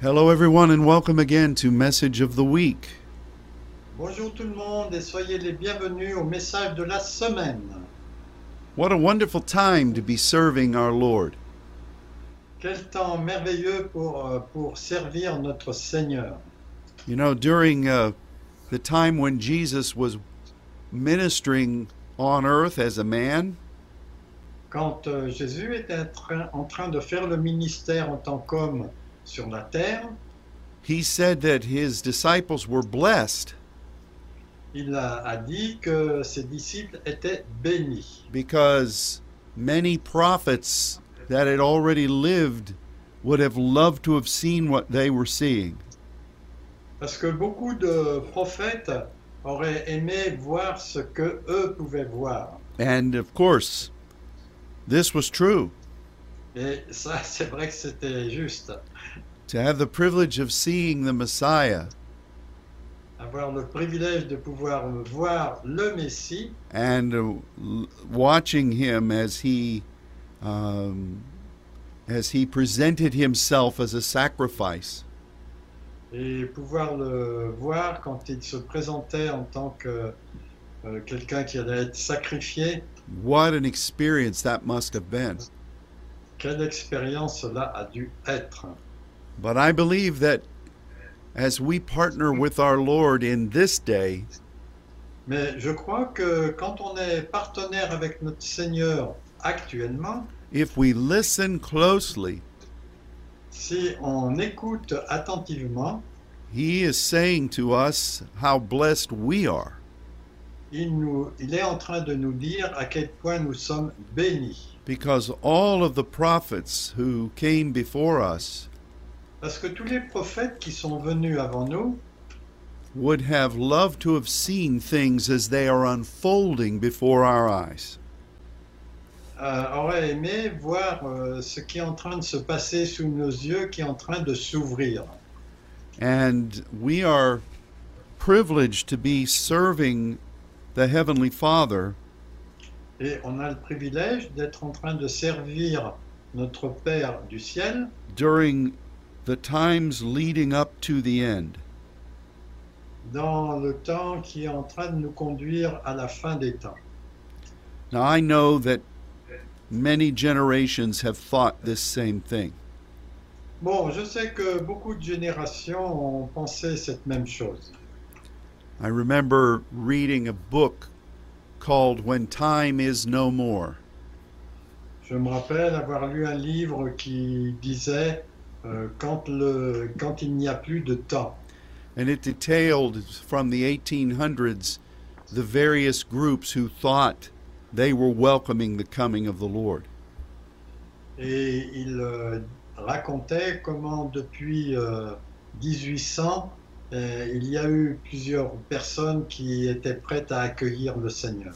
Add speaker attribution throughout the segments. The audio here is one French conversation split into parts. Speaker 1: Hello, everyone, and welcome again to Message of the Week.
Speaker 2: Bonjour tout le monde et soyez les bienvenus au message de la semaine.
Speaker 1: What a wonderful time to be serving our Lord.
Speaker 2: Quel temps merveilleux pour, euh, pour servir notre Seigneur.
Speaker 1: You know, during uh, the time when Jesus was ministering on earth as a man,
Speaker 2: Quand euh, Jésus était en train, en train de faire le ministère en tant qu'homme sur la terre,
Speaker 1: he said that his disciples were blessed
Speaker 2: il a, a dit que ses disciples étaient bénis
Speaker 1: because many prophets that had already lived would have loved to have seen what they were seeing.
Speaker 2: parce que beaucoup de prophètes auraient aimé voir ce que eux pouvaient voir.
Speaker 1: And of course, this was true.
Speaker 2: Et ça, c'est vrai que c'était juste.
Speaker 1: To have the privilege of seeing the Messiah
Speaker 2: Avoir le privilège de pouvoir voir le Messie
Speaker 1: and uh, l- watching him as he um, as he presented himself as a sacrifice
Speaker 2: et pouvoir le voir quand il se présentait en tant que euh, quelqu'un qui allait être sacrifié,
Speaker 1: what an experience that must have been
Speaker 2: quelle expérience cela a dû être.
Speaker 1: but i believe that as we partner with our lord in this day
Speaker 2: Mais je crois que quand on est partenaire avec notre Seigneur actuellement,
Speaker 1: if we listen closely
Speaker 2: si on écoute attentivement,
Speaker 1: he is saying to us how blessed we are
Speaker 2: il, nous, il est en train de nous dire à quel point nous sommes bénis.
Speaker 1: because all of the prophets who came before us
Speaker 2: Parce que tous les prophètes qui sont venus avant nous
Speaker 1: would have loved to have seen things as they are unfolding before our eyes.
Speaker 2: euh, auraient aimé voir euh, ce qui est en train de se passer sous nos yeux, qui est en train de s'ouvrir.
Speaker 1: And we are privileged to be serving the Heavenly Father
Speaker 2: Et on a le privilège d'être en train de servir notre Père du ciel
Speaker 1: during the times leading up to the end.
Speaker 2: dans le temps qui est en train de nous conduire à la fin des temps.
Speaker 1: Now, I know that many generations have thought this same thing,
Speaker 2: Bon, je sais que beaucoup de générations ont pensé cette même chose.
Speaker 1: I remember reading a book called When Time Is No More.
Speaker 2: Je me rappelle avoir lu un livre qui disait euh, quand, le, quand il n'y a plus de temps.
Speaker 1: and it detailed from the 1800s the various groups who thought they were welcoming the coming of the Lord.
Speaker 2: Et il euh, racontait comment depuis euh, 1800, euh, il y a eu plusieurs personnes qui étaient prêtes à accueillir le Seigneur.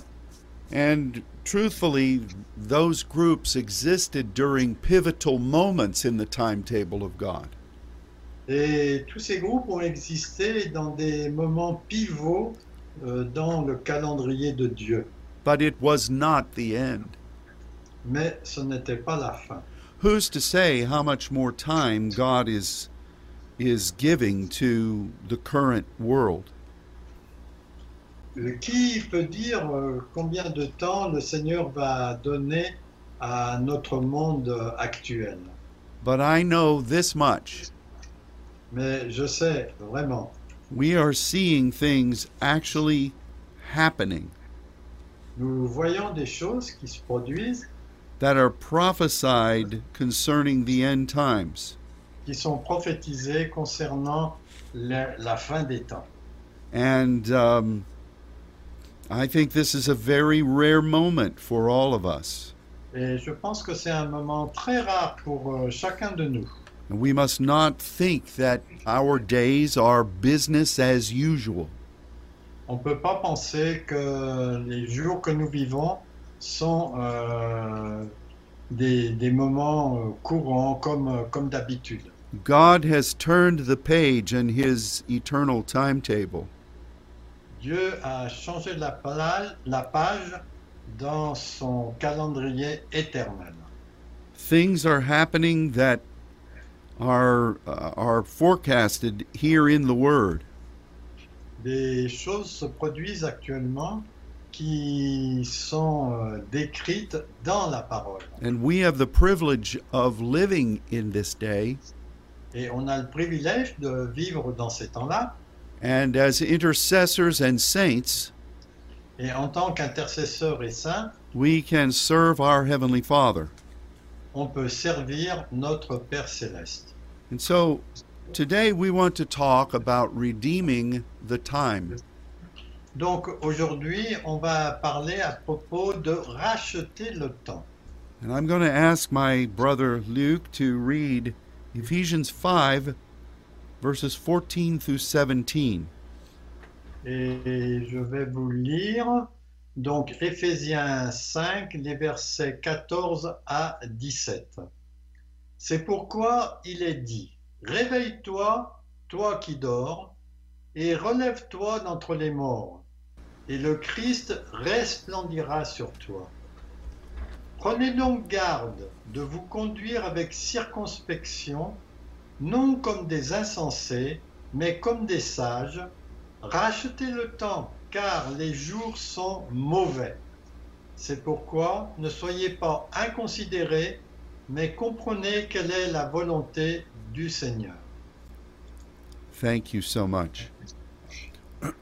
Speaker 1: And truthfully, those groups existed during pivotal moments in the timetable of God.
Speaker 2: Et tous ces groupes ont existé dans des moments pivots euh, dans le calendrier de Dieu.
Speaker 1: But it was not the end.
Speaker 2: Mais ce n'était pas la fin.
Speaker 1: Who's to say how much more time God is, is giving to the current world?
Speaker 2: Euh, Qui peut dire euh, combien de temps le Seigneur va donner à notre monde euh, actuel
Speaker 1: But I know this much
Speaker 2: Mais je sais vraiment
Speaker 1: we are seeing things actually happening.
Speaker 2: Nous voyons des choses qui se produisent,
Speaker 1: that are prophesied concerning the end times.
Speaker 2: qui sont prophétisées concernant la, la fin des temps.
Speaker 1: And um, I think this is a very rare moment for all of us.
Speaker 2: Et je pense que c'est un moment très rare pour euh, chacun de nous.
Speaker 1: And we must not think that our days are business as usual.
Speaker 2: On ne peut pas penser que les jours que nous vivons sont euh, des, des moments euh, courants comme, euh, comme d'habitude.
Speaker 1: God has turned the page in his eternal timetable.
Speaker 2: Dieu a changé la, pla- la page dans son calendrier éternel.
Speaker 1: Things are happening that are uh, are forecasted here in the Word.
Speaker 2: Des choses se produisent actuellement qui sont euh, décrites dans la parole.
Speaker 1: And we have the privilege of living in this day.
Speaker 2: Et on a le privilège de vivre dans ces temps-là.
Speaker 1: And as intercessors and saints,
Speaker 2: Et en tant qu'intercesseur et saint,
Speaker 1: we can serve our Heavenly Father.
Speaker 2: on peut servir notre Père céleste.
Speaker 1: And so today we want to talk about redeeming the time.
Speaker 2: Donc aujourd'hui, on va parler à propos de racheter le temps.
Speaker 1: And I'm going to ask my brother Luke to read Ephesians 5, verses 14 through 17.
Speaker 2: Et je vais vous lire donc Ephésiens 5, les versets 14 à 17. C'est pourquoi il est dit, Réveille-toi, toi qui dors, et relève-toi d'entre les morts, et le Christ resplendira sur toi. Prenez donc garde de vous conduire avec circonspection, non comme des insensés, mais comme des sages, Rachetez le temps, car les jours sont mauvais. C'est pourquoi ne soyez pas inconsidérés, mais comprenez quelle est la volonté du Seigneur.
Speaker 1: Thank you so much.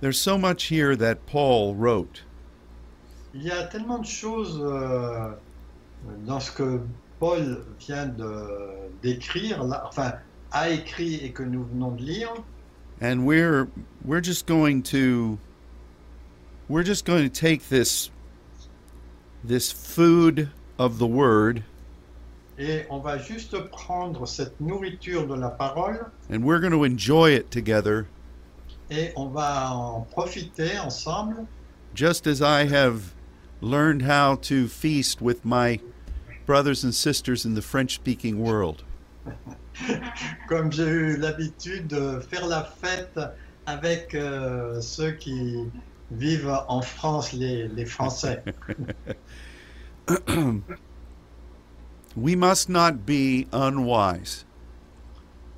Speaker 1: There's so much here that Paul wrote,
Speaker 2: Il y a tellement de choses euh, dans ce que Paul vient de- d'écrire, là, enfin a écrit et que nous venons de lire,
Speaker 1: and we're we're just going to we're just going to take this this food of the word
Speaker 2: et on va juste prendre cette nourriture de la parole
Speaker 1: and we're going to enjoy it together
Speaker 2: et on va en profiter ensemble
Speaker 1: just as I have learned how to feast with my brothers and sisters in the French speaking world.
Speaker 2: Comme j'ai eu l'habitude de faire la fête avec euh, ceux qui vivent en France, les, les Français.
Speaker 1: We must not be unwise.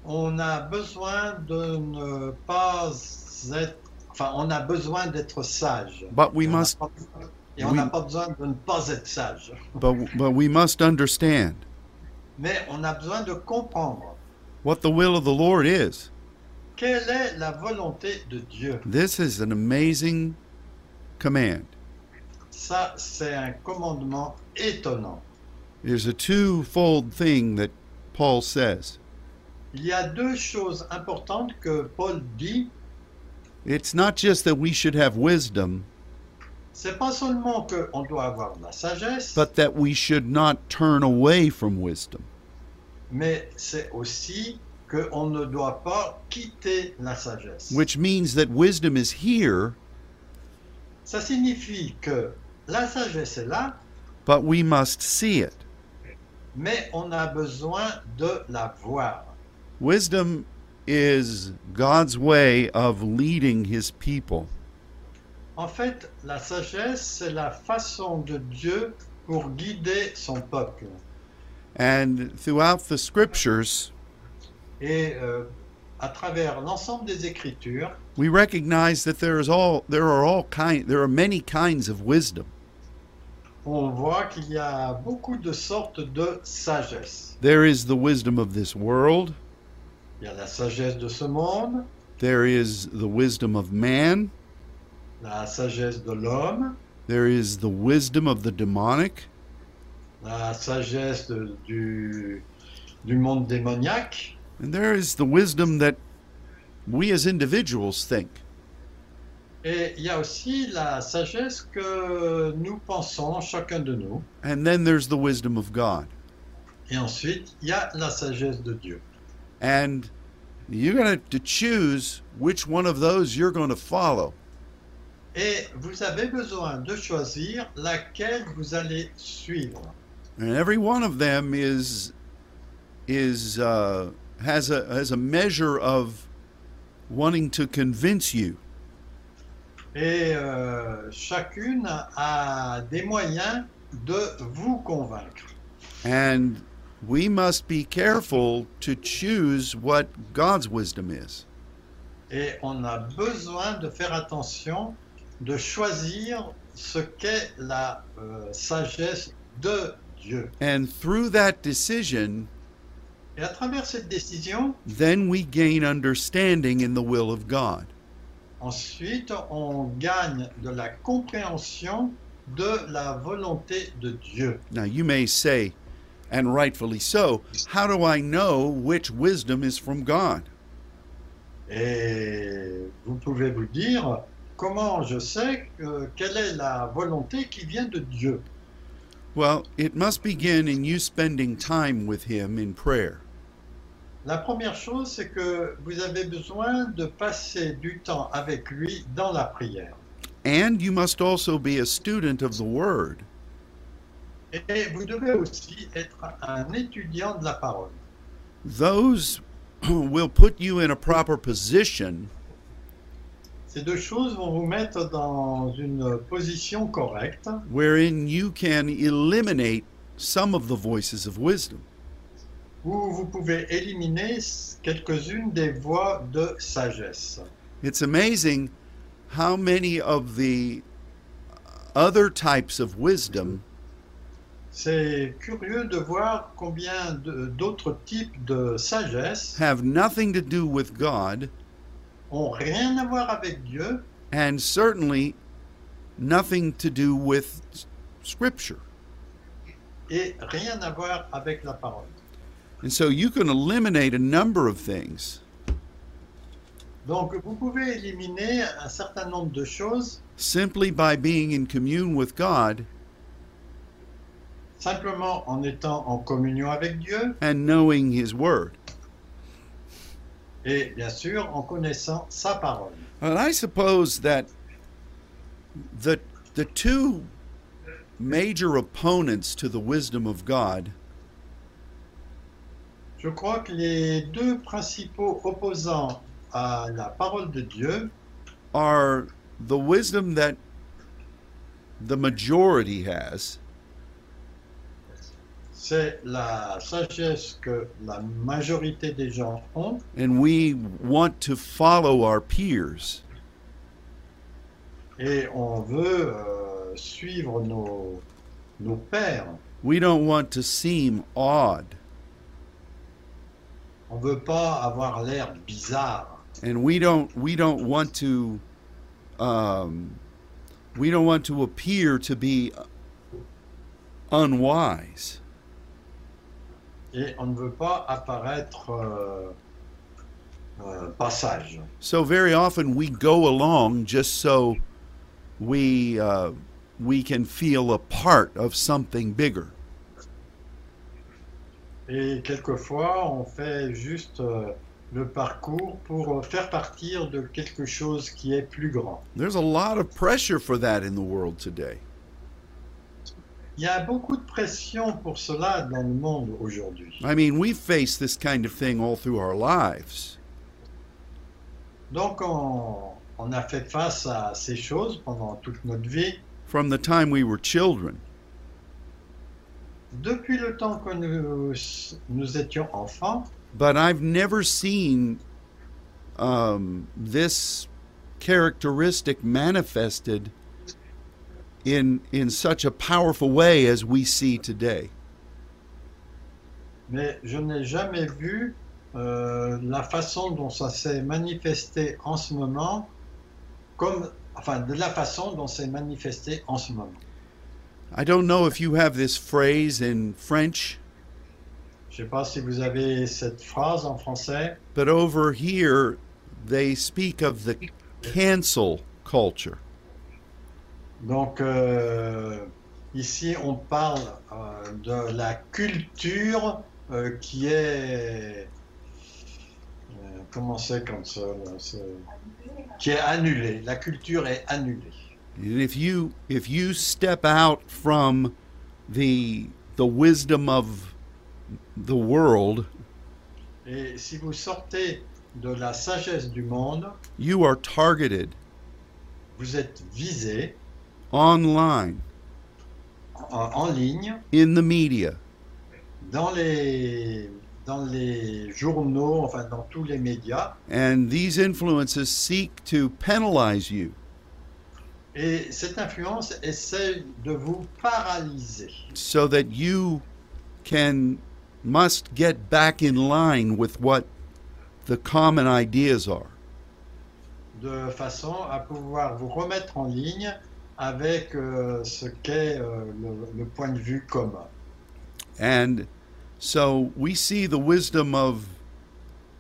Speaker 2: On a besoin de ne pas être... Enfin, on a besoin d'être sage.
Speaker 1: But we
Speaker 2: Et on n'a
Speaker 1: must-
Speaker 2: pas besoin- Et on n'a
Speaker 1: Bah Oui.
Speaker 2: pas besoin de ne pas être sage.
Speaker 1: But, but we must understand
Speaker 2: Mais on a besoin de comprendre
Speaker 1: what the will of the Lord is.
Speaker 2: quelle est la volonté de Dieu.
Speaker 1: This is an amazing command.
Speaker 2: Ça, c'est un commandement étonnant.
Speaker 1: There's a twofold thing that Paul says
Speaker 2: Il y a deux choses importantes que Paul dit
Speaker 1: it's not just that we should have wisdom,
Speaker 2: C'est pas seulement qu'on doit avoir de la sagesse,
Speaker 1: but that we should not turn away from wisdom.
Speaker 2: mais c'est aussi qu'on ne doit pas quitter la sagesse.
Speaker 1: which means that wisdom is here,
Speaker 2: Ça signifie que la sagesse est là,
Speaker 1: but we must see it.
Speaker 2: mais on a besoin de la voir.
Speaker 1: Wisdom is God's way of leading his people.
Speaker 2: En fait, la sagesse, c'est la façon de Dieu pour guider son peuple.
Speaker 1: And throughout the scriptures,
Speaker 2: Et euh, à travers l'ensemble des Écritures,
Speaker 1: we recognize that there is all there are all kind there are many kinds of wisdom.
Speaker 2: on voit qu'il y a beaucoup de sortes de sagesse.
Speaker 1: There is the wisdom of this world,
Speaker 2: Il y a la sagesse de ce monde,
Speaker 1: there is the wisdom of man,
Speaker 2: la sagesse de l'homme,
Speaker 1: there is the wisdom of the demonic,
Speaker 2: la sagesse de- du, du monde démoniaque,
Speaker 1: and there is the wisdom that we as individuals think.
Speaker 2: et il y a aussi la sagesse que nous pensons, chacun de nous,
Speaker 1: And then there's the wisdom of God.
Speaker 2: et ensuite il y a la sagesse de Dieu.
Speaker 1: And you're going to have to choose which one of those you're going to follow.
Speaker 2: Et vous avez besoin de choisir laquelle vous allez suivre.
Speaker 1: And every one of them is is uh, has a has a measure of wanting to convince you.
Speaker 2: Et euh, chacune a des moyens de vous convaincre.
Speaker 1: And we must be careful to choose what God's wisdom is.
Speaker 2: Et on a besoin de faire attention, de choisir ce qu'est la euh, sagesse de Dieu.
Speaker 1: And through that decision,
Speaker 2: Et à travers cette décision,
Speaker 1: then we gain understanding in the will of God.
Speaker 2: ensuite, on gagne de la compréhension de la volonté de Dieu.
Speaker 1: Now, you may say, and rightfully so, how do I know which wisdom is from God?
Speaker 2: Et vous pouvez vous dire, comment je sais que- quelle est la volonté qui vient de Dieu
Speaker 1: Well, it must begin in you spending time with Him in prayer.
Speaker 2: La première chose, c'est que vous avez besoin de passer du temps avec lui dans la prière.
Speaker 1: And you must also be a student of the Word.
Speaker 2: Et vous devez aussi être un étudiant de la parole.
Speaker 1: Those will put you in a proper position
Speaker 2: Ces deux choses vont vous mettre dans une position correcte
Speaker 1: wherein you can eliminate some of the voices of wisdom.
Speaker 2: où vous pouvez éliminer quelques-unes des voies de sagesse.
Speaker 1: It's amazing how many of the other types of wisdom
Speaker 2: C'est curieux de voir combien de- d'autres types de sagesse
Speaker 1: have nothing to do with God
Speaker 2: ont rien à voir avec Dieu
Speaker 1: and certainly nothing to do with s- Scripture.
Speaker 2: et rien à voir avec la parole.
Speaker 1: And so you can eliminate a number of things
Speaker 2: Donc vous pouvez éliminer un certain nombre de choses
Speaker 1: simply by being in commune with God
Speaker 2: simplement en étant en communion avec Dieu
Speaker 1: and knowing His Word.
Speaker 2: et bien sûr en connaissant sa parole.
Speaker 1: And I suppose that the the two major opponents to the wisdom of God
Speaker 2: Je crois que les deux principaux opposants à la parole de Dieu
Speaker 1: are the wisdom that the majority has
Speaker 2: C'est la sagesse que la majorité des gens ont
Speaker 1: and we want to follow our peers
Speaker 2: et on veut euh, suivre nos, nos pères.
Speaker 1: we don't want to seem odd
Speaker 2: On ne veut pas avoir l'air bizarre
Speaker 1: and we don't we don't want to um, we don't want to appear to be unwise
Speaker 2: et on ne veut pas apparaître euh, euh, pas sage.
Speaker 1: So very often we go along just so we uh, we can feel a part of something bigger.
Speaker 2: Et quelquefois, on fait juste euh, le parcours pour euh, faire partir de quelque chose qui est plus grand.
Speaker 1: There's a lot of pressure for that in the world today.
Speaker 2: Il y a beaucoup de pression pour cela dans le monde aujourd'hui.
Speaker 1: I mean, we face this kind of thing all through our lives.
Speaker 2: Donc on, on a fait face à ces choses pendant toute notre vie.
Speaker 1: From the time we were children,
Speaker 2: Depuis le temps que nous, nous étions enfants,
Speaker 1: but I've never seen um, this characteristic manifested in in such a powerful way as we see today.
Speaker 2: mais je n'ai jamais vu euh, la façon dont ça s'est manifesté en ce moment, comme, enfin de la façon dont c'est manifesté en ce moment.
Speaker 1: I don't know if you have this phrase in French,
Speaker 2: Je ne sais pas si vous avez cette phrase en français,
Speaker 1: but over here they speak of the cancel culture.
Speaker 2: Donc, euh, ici, on parle euh, de la culture euh, qui est. euh, comment c'est comme ça là, c'est- Qui est annulée. La culture est annulée.
Speaker 1: And if you if you step out from the the wisdom of the world,
Speaker 2: Et si vous sortez de la sagesse du monde,
Speaker 1: you are targeted
Speaker 2: vous êtes visé
Speaker 1: online
Speaker 2: en, en ligne,
Speaker 1: in the media.
Speaker 2: dans les, dans les journaux, enfin dans tous les médias.
Speaker 1: And these influences seek to penalize you,
Speaker 2: Et cette influence essaie de vous paralyser
Speaker 1: so that you can must get back in line with what the common ideas are.
Speaker 2: de façon à pouvoir vous remettre en ligne avec euh, ce qu'est euh, le, le point de vue commun.
Speaker 1: And so we see the wisdom of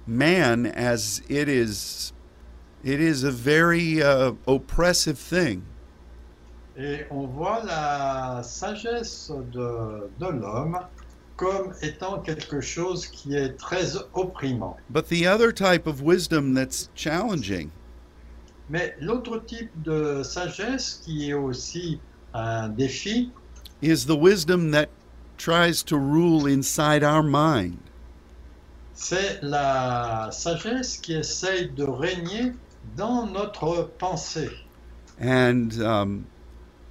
Speaker 1: man as it is it is a very uh, oppressive thing.
Speaker 2: Et on voit la sagesse de, de l'homme comme étant quelque chose qui est très opprimant.
Speaker 1: But the other type of wisdom that's challenging
Speaker 2: Mais l'autre type de sagesse qui est aussi un défi,
Speaker 1: is the wisdom that tries to rule inside our mind.
Speaker 2: c'est la sagesse qui essaye de régner dans notre pensée.
Speaker 1: And um,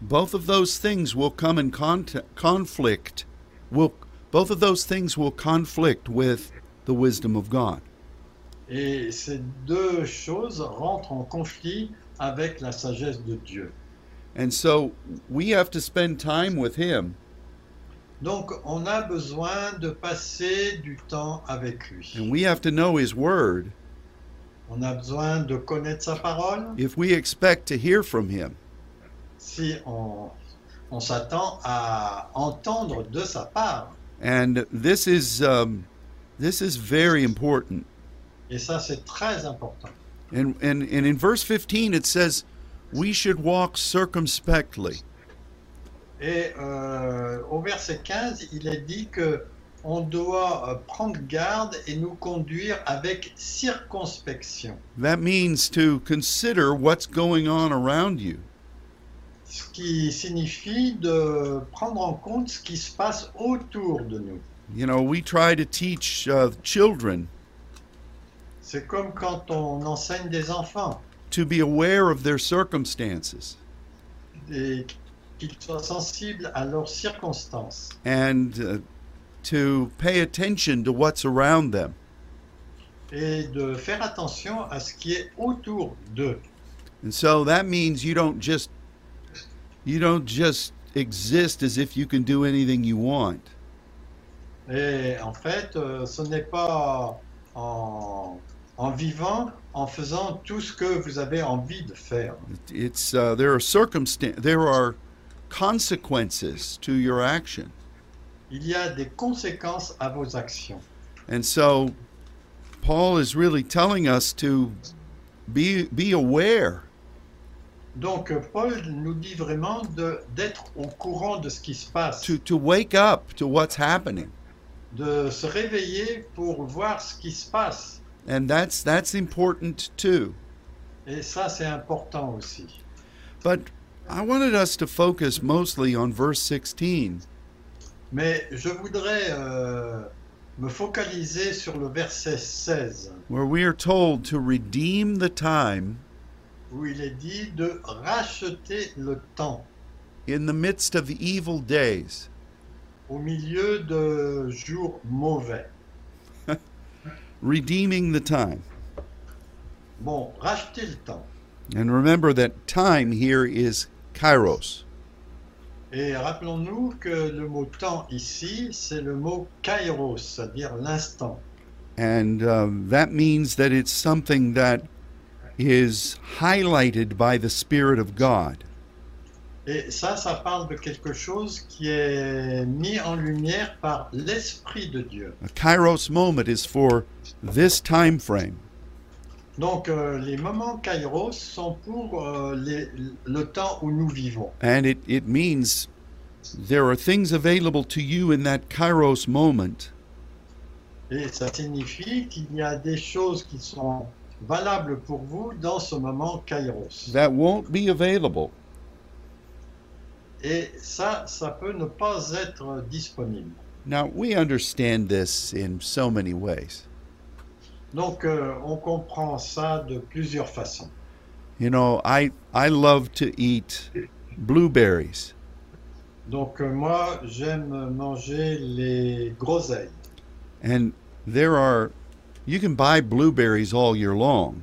Speaker 1: both of those things will come in cont- conflict. Will both of those things will conflict with the wisdom of God.
Speaker 2: Et ces deux choses rentrent en conflit avec la sagesse de Dieu.
Speaker 1: And so we have to spend time with Him
Speaker 2: Donc on a besoin de passer du temps avec
Speaker 1: and
Speaker 2: lui.
Speaker 1: we have to know His Word
Speaker 2: On a besoin de connaître sa parole
Speaker 1: if we expect to hear from Him.
Speaker 2: si on, on s'attend à entendre de sa part.
Speaker 1: And this is um, this is very important.
Speaker 2: Et ça c'est très important.
Speaker 1: And, and and in verse 15 it says, "We should walk circumspectly."
Speaker 2: Et euh, au verset 15, il est dit que on doit euh, prendre garde et nous conduire avec circonspection.
Speaker 1: That means to consider what's going on around you.
Speaker 2: Ce qui signifie de prendre en compte ce qui se passe autour de nous.
Speaker 1: You know, we try to teach uh, children
Speaker 2: C'est comme quand on enseigne des enfants
Speaker 1: to be aware of their circumstances
Speaker 2: et qu'ils soient sensibles à leurs circonstances
Speaker 1: and uh, to pay attention to what's around them.
Speaker 2: et de faire attention à ce qui est autour d'eux.
Speaker 1: And so that means you don't just you don't just exist as if you can do anything you want.
Speaker 2: Et en fait, euh, ce n'est pas en, en vivant, en faisant tout ce que vous avez envie de faire.
Speaker 1: It's uh, there are circumstan- there are consequences to your action.
Speaker 2: Il y a des conséquences à vos actions.
Speaker 1: And so Paul is really telling us to be be aware
Speaker 2: Donc euh, Paul nous dit vraiment de- d'être au courant de ce qui se passe,
Speaker 1: to to wake up to what's happening.
Speaker 2: de se réveiller pour voir ce qui se passe.
Speaker 1: And that's that's important too.
Speaker 2: Et ça, c'est important aussi.
Speaker 1: But I wanted us to focus mostly on verse 16
Speaker 2: Mais je voudrais euh, me focaliser sur le verset 16,
Speaker 1: where we are told to redeem the time
Speaker 2: où il est dit de racheter le temps.
Speaker 1: in the midst of evil days.
Speaker 2: au milieu de jours mauvais.
Speaker 1: Redeeming the time.
Speaker 2: Bon, rachetez le temps.
Speaker 1: And remember that time here is kairos.
Speaker 2: Et rappelons-nous que le mot temps ici, c'est le mot kairos, c'est-à-dire l'instant.
Speaker 1: And um, that means that it's something that is highlighted by the Spirit of God.
Speaker 2: Et ça, ça parle de quelque chose qui est mis en lumière par l'Esprit de Dieu.
Speaker 1: A kairos moment is for this time frame.
Speaker 2: Donc, euh, les moments kairos sont pour euh, les- le temps où nous vivons.
Speaker 1: And it, it means there are things available to you in that kairos moment
Speaker 2: Et ça signifie qu'il y a des choses qui sont valables pour vous dans ce moment kairos.
Speaker 1: that won't be available
Speaker 2: Et ça, ça peut ne pas être disponible.
Speaker 1: Now, we understand this in so many ways.
Speaker 2: Donc, euh, on comprend ça de plusieurs façons.
Speaker 1: You know, I, I love to eat blueberries.
Speaker 2: Donc euh, moi, j'aime manger les groseilles.
Speaker 1: And there are, you can buy blueberries all year long,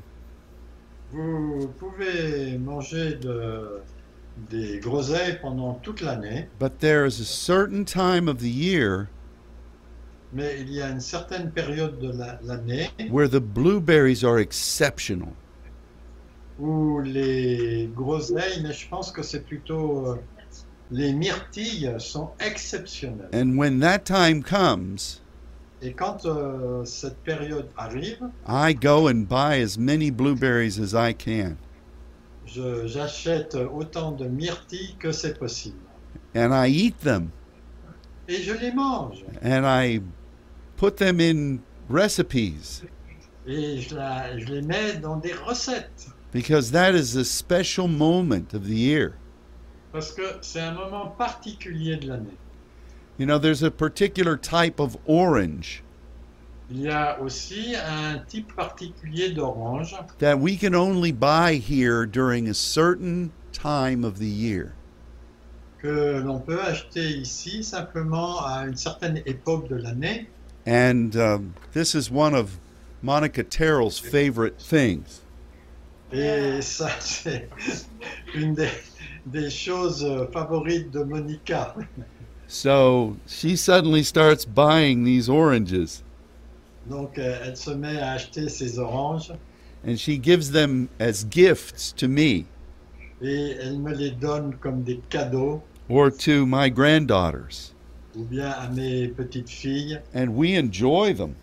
Speaker 2: Vous pouvez manger de- des groseilles pendant toute l'année,
Speaker 1: but there is a certain time of the year
Speaker 2: mais il y a une certaine période de la- l'année
Speaker 1: where the blueberries are exceptional.
Speaker 2: où les groseilles, mais je pense que c'est plutôt euh, les myrtilles sont exceptionnelles.
Speaker 1: And when that time comes,
Speaker 2: Et quand euh, cette période arrive,
Speaker 1: I go and buy as many blueberries as I can.
Speaker 2: je- j'achète autant de myrtilles que c'est possible.
Speaker 1: And I eat them.
Speaker 2: Et je les mange.
Speaker 1: And I put them in recipes
Speaker 2: Et je, la- je les mets dans des recettes.
Speaker 1: because that is a special moment of the year.
Speaker 2: Parce que c'est un moment particulier de l'année.
Speaker 1: You know, there's a particular type of orange
Speaker 2: Il y a aussi un type particulier d'orange
Speaker 1: that we can only buy here during a certain time of the year.
Speaker 2: que l'on peut acheter ici simplement à une certaine époque de l'année.
Speaker 1: And um, this is one of Monica Terrell's favorite things.
Speaker 2: Et ça, c'est une des, des choses favorites de Monica.
Speaker 1: So she suddenly starts buying these oranges
Speaker 2: Donc, euh, elle se met à acheter ses oranges
Speaker 1: and she gives them as gifts to me
Speaker 2: et elle me les donne comme des cadeaux
Speaker 1: or to my granddaughters.
Speaker 2: ou bien à mes petites filles.
Speaker 1: And we enjoy them,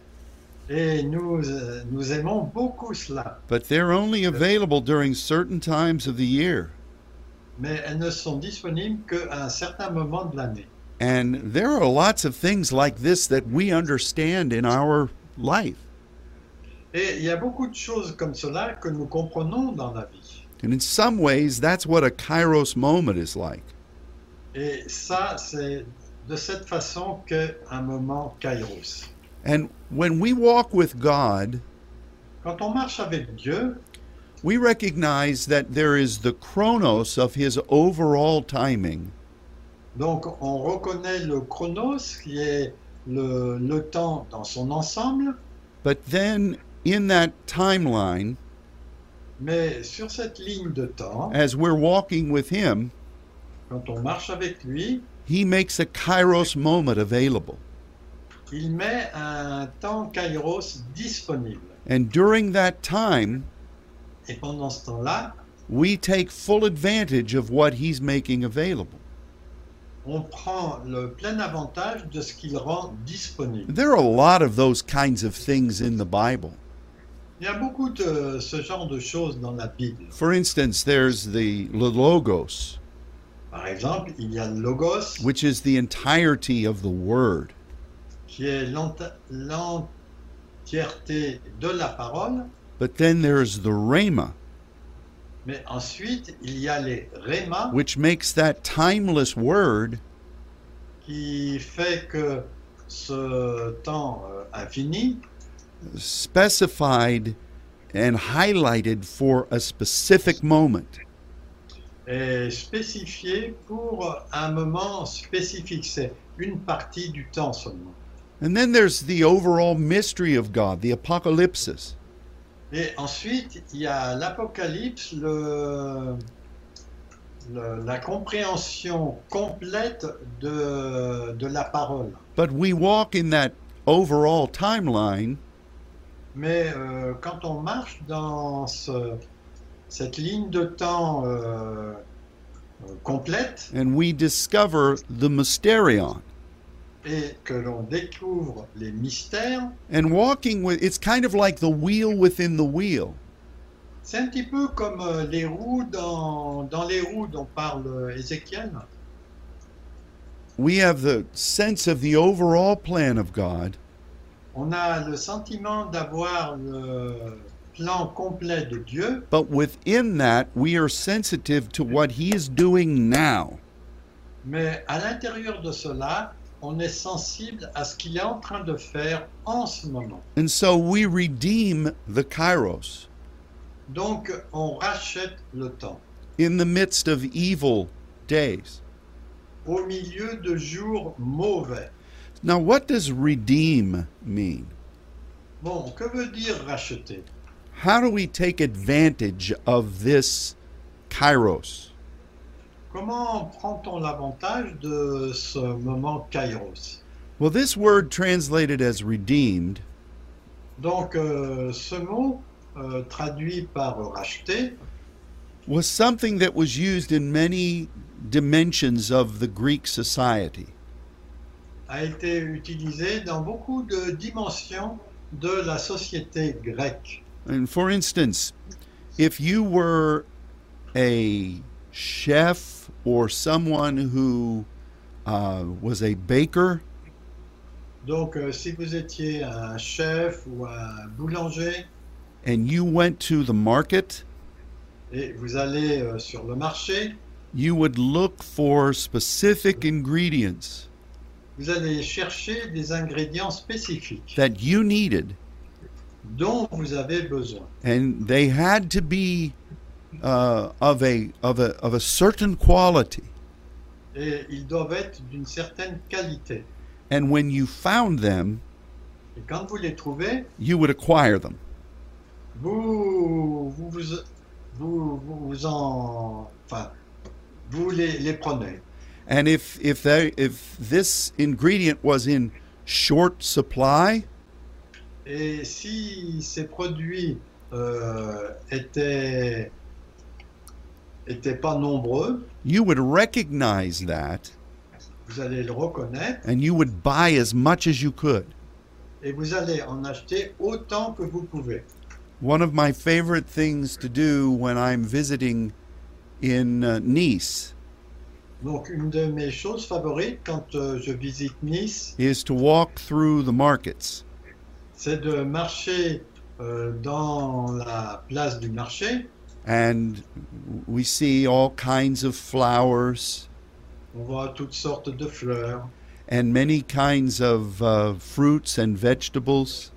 Speaker 2: Et nous, euh, nous aimons beaucoup cela.
Speaker 1: but they're only available during certain times of the year.
Speaker 2: Mais elles ne sont disponibles qu'à un certain moment de l'année.
Speaker 1: And there are lots of things like this that we understand in our life.
Speaker 2: Et il y a beaucoup de choses comme cela que nous comprenons dans la vie.
Speaker 1: And in some ways, that's what a kairos moment is like.
Speaker 2: Et ça, c'est de cette façon qu'est un moment kairos.
Speaker 1: And when we walk with God,
Speaker 2: Quand on marche avec Dieu,
Speaker 1: we recognize that there is the chronos of his overall timing,
Speaker 2: donc on reconnaît le chronos qui est le, le temps dans son ensemble,
Speaker 1: but then in that timeline,
Speaker 2: mais sur cette ligne de temps,
Speaker 1: as we're walking with him,
Speaker 2: quand on marche avec lui,
Speaker 1: he makes a kairos moment available.
Speaker 2: il met un temps kairos disponible.
Speaker 1: And during that time,
Speaker 2: Et pendant ce temps-là,
Speaker 1: we take full advantage of what he's making available.
Speaker 2: on prend le plein avantage de ce qu'il rend disponible.
Speaker 1: There are a lot of those kinds of things in the Bible.
Speaker 2: Il y a beaucoup de ce genre de choses dans la Bible.
Speaker 1: For instance, there's the logos,
Speaker 2: Par exemple, il y a le logos,
Speaker 1: which is the entirety of the word.
Speaker 2: qui est l'ent- l'entièreté de la parole,
Speaker 1: But then there's the rhema,
Speaker 2: mais ensuite, il y a les rémas,
Speaker 1: which makes that timeless word
Speaker 2: qui fait que ce temps euh, infini
Speaker 1: specified and highlighted for a specific moment.
Speaker 2: est spécifié pour un moment spécifique. C'est une partie du temps seulement.
Speaker 1: And then there's the overall mystery of God, the apocalypsis,
Speaker 2: Et ensuite, il y a l'Apocalypse, le- le- la compréhension complète de, de la parole.
Speaker 1: but we walk in that overall timeline
Speaker 2: Mais euh, quand on marche dans ce- cette ligne de temps euh, euh, complète
Speaker 1: and we discover the mysterion.
Speaker 2: et que l'on découvre les mystères,
Speaker 1: And walking with it's kind of like the wheel within the wheel.
Speaker 2: c'est un petit peu comme euh, les roues dans, dans les roues dont parle euh, Ézéchiel.
Speaker 1: We have the sense of the overall plan of God,
Speaker 2: On a le sentiment d'avoir le plan complet de Dieu,
Speaker 1: but within that we are sensitive to what he is doing now.
Speaker 2: Mais à l'intérieur de cela, on est sensible à ce qu'il est en train de faire en ce moment.
Speaker 1: And so we redeem the kairos
Speaker 2: Donc, on rachète le temps
Speaker 1: in the midst of evil days.
Speaker 2: au milieu de jours mauvais.
Speaker 1: Now, what does redeem mean?
Speaker 2: Bon, que veut dire racheter
Speaker 1: How do we take advantage of this kairos?
Speaker 2: Comment prend-on l'avantage de ce moment kairos
Speaker 1: Well, this word translated as redeemed
Speaker 2: Donc, euh, ce mot, euh, traduit par racheter,
Speaker 1: was something that was used in many dimensions of the Greek society.
Speaker 2: a été utilisé dans beaucoup de dimensions de la société grecque.
Speaker 1: And for instance, if you were a chef or someone who uh, was a baker,
Speaker 2: Donc, euh, si vous étiez un chef ou un boulanger
Speaker 1: and you went to the market,
Speaker 2: et vous allez euh, sur le marché,
Speaker 1: you would look for specific ingredients
Speaker 2: vous allez chercher des ingrédients spécifiques
Speaker 1: that you needed,
Speaker 2: dont vous avez besoin.
Speaker 1: and they had to be uh, of a of a of a certain quality.
Speaker 2: Et ils doivent être d'une certaine qualité.
Speaker 1: And when you found them,
Speaker 2: Et quand vous les trouvez,
Speaker 1: you would acquire them.
Speaker 2: vous vous, vous, vous, vous- vous en... Enfin, vous les, les prenez.
Speaker 1: And if if they if this ingredient was in short supply,
Speaker 2: Et si ces produits euh, étaient, étaient pas nombreux,
Speaker 1: you would recognize that
Speaker 2: vous allez le reconnaître
Speaker 1: and you would buy as much as you could.
Speaker 2: et vous allez en acheter autant que vous pouvez.
Speaker 1: One of my favorite things to do when I'm visiting in uh, Nice
Speaker 2: Donc une de mes choses favorites quand euh, je visite Nice,
Speaker 1: is to walk through the markets
Speaker 2: c'est de marcher euh, dans la place du marché.
Speaker 1: and we see all kinds of flowers
Speaker 2: On voit toutes sortes de fleurs
Speaker 1: and many kinds of uh, fruits and vegetables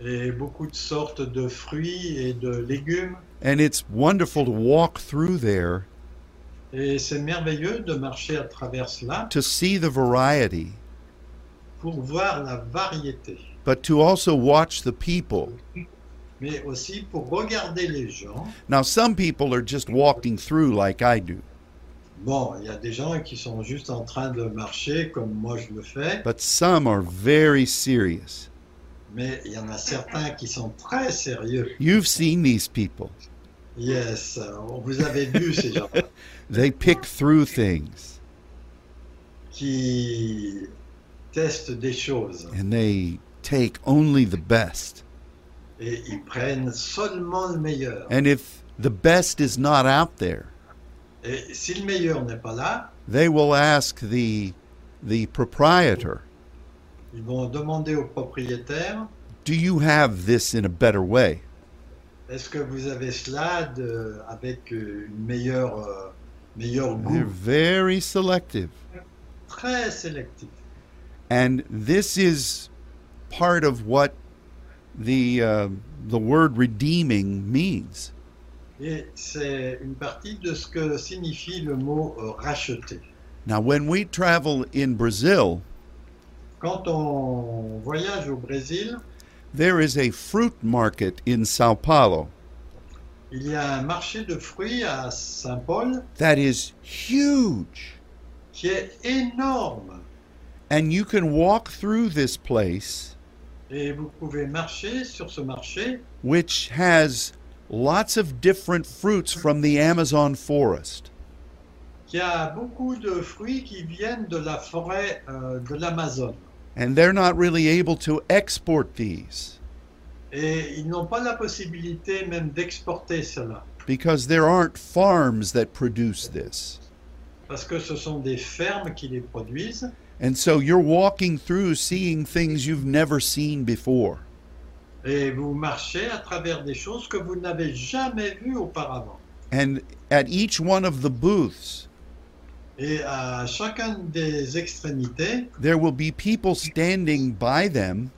Speaker 2: et beaucoup de sortes de fruits et de légumes.
Speaker 1: and it's wonderful to walk through there
Speaker 2: Et c'est merveilleux de marcher à travers cela
Speaker 1: to see the variety
Speaker 2: pour voir la variété.
Speaker 1: but to also watch the people.
Speaker 2: mais aussi pour regarder les gens.
Speaker 1: Now, some people are just walking through like I do,
Speaker 2: Bon, il y a des gens qui sont juste en train de marcher comme moi je le fais,
Speaker 1: but some are very serious.
Speaker 2: mais il y en a certains qui sont très sérieux.
Speaker 1: You've seen these people.
Speaker 2: Yes, on vous avez vu ces gens
Speaker 1: They pick through things
Speaker 2: qui testent des choses
Speaker 1: and they take only the best.
Speaker 2: et ils prennent seulement le meilleur.
Speaker 1: And if the best is not out there,
Speaker 2: Et si le meilleur n'est pas là,
Speaker 1: they will ask the, the proprietor,
Speaker 2: ils vont demander au propriétaire
Speaker 1: Do you have this in a better way?
Speaker 2: est-ce que vous avez cela de- avec euh, une meilleure, euh, meilleur
Speaker 1: They're
Speaker 2: goût
Speaker 1: very selective.
Speaker 2: Très sélectif.
Speaker 1: And this is part of what the uh, the word redeeming means.
Speaker 2: Et c'est une partie de ce que signifie le mot euh, racheter.
Speaker 1: Now, when we travel in Brazil,
Speaker 2: Quand on voyage au Brésil,
Speaker 1: there is a fruit market in Sao Paulo
Speaker 2: il y a un marché de fruits à Saint-Paul
Speaker 1: that is huge,
Speaker 2: qui est énorme.
Speaker 1: and you can walk through this place,
Speaker 2: Et vous pouvez marcher sur ce marché
Speaker 1: which has lots of different fruits from the Amazon forest.
Speaker 2: qui a beaucoup de fruits qui viennent de la forêt euh, de l'Amazone.
Speaker 1: And they're not really able to export these
Speaker 2: Et ils n'ont pas la possibilité même d'exporter cela.
Speaker 1: because there aren't farms that produce this.
Speaker 2: Parce que ce sont des fermes qui les produisent.
Speaker 1: And so you're walking through seeing things you've never seen before.
Speaker 2: Et vous marchez à travers des choses que vous n'avez jamais vues auparavant.
Speaker 1: And at each one of the booths,
Speaker 2: Et à chacune des extrémités,
Speaker 1: there will be people standing by them,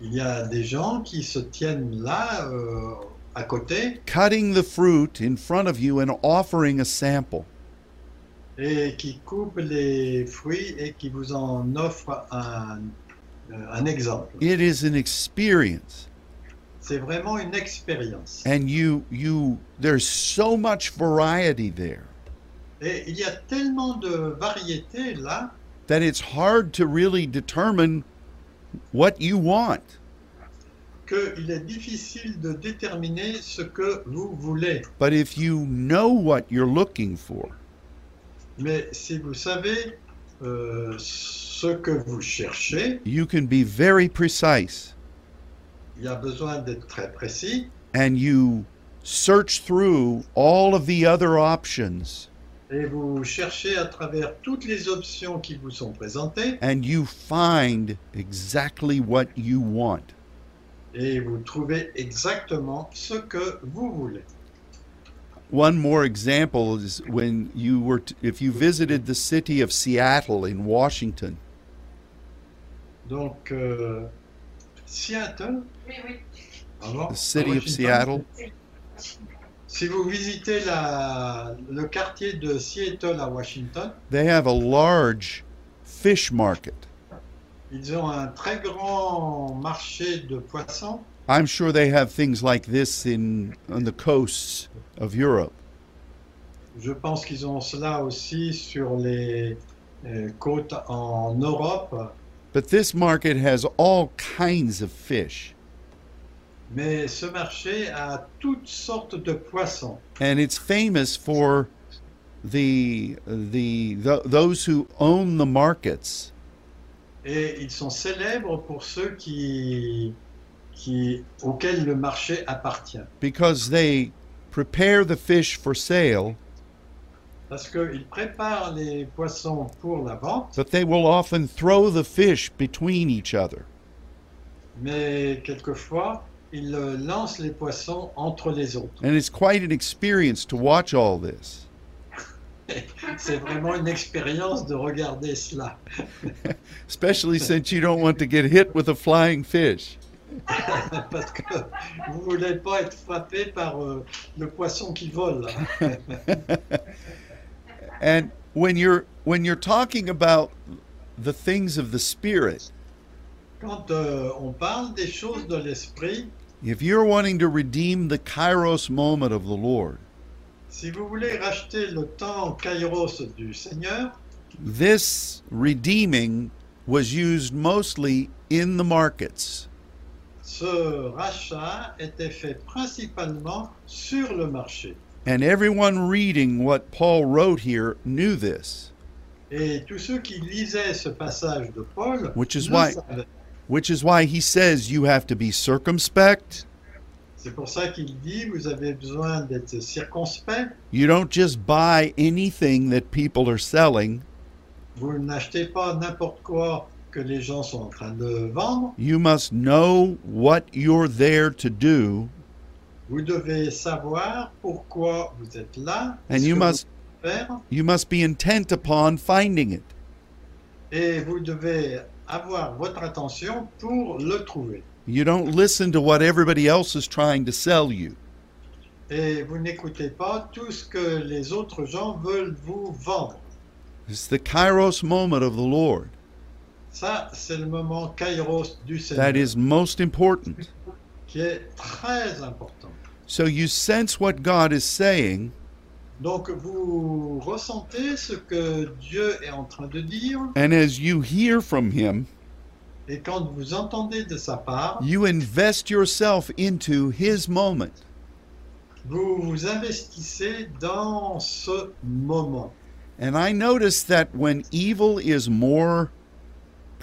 Speaker 2: il y a des gens qui se tiennent là, euh, à côté,
Speaker 1: cutting the fruit in front of you and offering a sample.
Speaker 2: et qui coupe les fruits et qui vous en offre un, euh, un exemple.
Speaker 1: It is an experience.
Speaker 2: C'est vraiment une expérience.
Speaker 1: And you you there's so much variety there
Speaker 2: Et il y a tellement de variétés là
Speaker 1: that it's hard to really determine what you want.
Speaker 2: qu'il est difficile de déterminer ce que vous voulez.
Speaker 1: But if you know what you're looking for,
Speaker 2: Mais si vous savez euh, ce que vous cherchez,
Speaker 1: you can be very precise
Speaker 2: il y a besoin d'être très précis
Speaker 1: and you search through all of the other options
Speaker 2: et vous cherchez à travers toutes les options qui vous sont présentées
Speaker 1: and you find exactly what you want.
Speaker 2: et vous trouvez exactement ce que vous voulez.
Speaker 1: One more example is when you were t- if you visited the city of Seattle in Washington,
Speaker 2: Donc, euh, Seattle,
Speaker 3: Oui, oui.
Speaker 2: alors,
Speaker 1: the city of
Speaker 2: Washington,
Speaker 1: Seattle,
Speaker 2: Si vous visitez la- le quartier de Seattle à Washington,
Speaker 1: they have a large fish market.
Speaker 2: ils ont un très grand marché de poissons.
Speaker 1: I'm sure they have things like this in on the coasts of Europe.
Speaker 2: Je pense qu'ils ont cela aussi sur les euh, côtes en Europe,
Speaker 1: But this market has all kinds of fish,
Speaker 2: mais ce marché a toutes sortes de poissons.
Speaker 1: and it's famous for the the, th those who own the markets
Speaker 2: Et ils sont célèbres pour ceux qui, qui, auxquels le marché appartient.
Speaker 1: because they prepare the fish for sale,
Speaker 2: Parce qu'ils préparent les poissons pour la vente,
Speaker 1: but they will often throw the fish between each other.
Speaker 2: mais quelquefois, ils euh, lancent les poissons entre les autres.
Speaker 1: And it's quite an experience to watch all this.
Speaker 2: C'est vraiment une expérience de regarder cela.
Speaker 1: Especially since you don't want to get hit with a flying fish.
Speaker 2: parce que vous voulez pas être frappé par euh, le poisson qui vole.
Speaker 1: And when you're when you're talking about the things of the spirit,
Speaker 2: Quand euh, on parle des choses de l'esprit,
Speaker 1: if you're wanting to redeem the kairos moment of the Lord,
Speaker 2: si vous voulez racheter le temps kairos du Seigneur,
Speaker 1: this redeeming was used mostly in the markets.
Speaker 2: ce rachat était fait principalement sur le marché.
Speaker 1: And everyone reading what Paul wrote here knew this,
Speaker 2: Et tous ceux qui lisaient ce passage de Paul,
Speaker 1: Which is
Speaker 2: le
Speaker 1: why-
Speaker 2: savaient.
Speaker 1: which is why he says you have to be circumspect.
Speaker 2: c'est pour ça qu'il dit, vous avez besoin d'être circonspect,
Speaker 1: You don't just buy anything that people are selling.
Speaker 2: vous n'achetez pas n'importe quoi que les gens sont en train de vendre,
Speaker 1: You must know what you're there to do
Speaker 2: Vous devez savoir pourquoi vous êtes là,
Speaker 1: And
Speaker 2: ce
Speaker 1: you
Speaker 2: que
Speaker 1: must-
Speaker 2: vous devez faire,
Speaker 1: You must be intent upon finding it.
Speaker 2: et vous devez avoir votre attention pour le trouver.
Speaker 1: You don't listen to what everybody else is trying to sell you.
Speaker 2: Et vous n'écoutez pas tout ce que les autres gens veulent vous vendre.
Speaker 1: It's the kairos moment of the Lord
Speaker 2: Ça, c'est le moment kairos du Seigneur,
Speaker 1: that is most important.
Speaker 2: qui est très important.
Speaker 1: So you sense what God is saying,
Speaker 2: Donc, vous ressentez ce que Dieu est en train de dire,
Speaker 1: and as you hear from Him,
Speaker 2: et quand vous entendez de sa part,
Speaker 1: you invest yourself into His moment.
Speaker 2: vous vous investissez dans ce moment.
Speaker 1: And I notice that when evil is more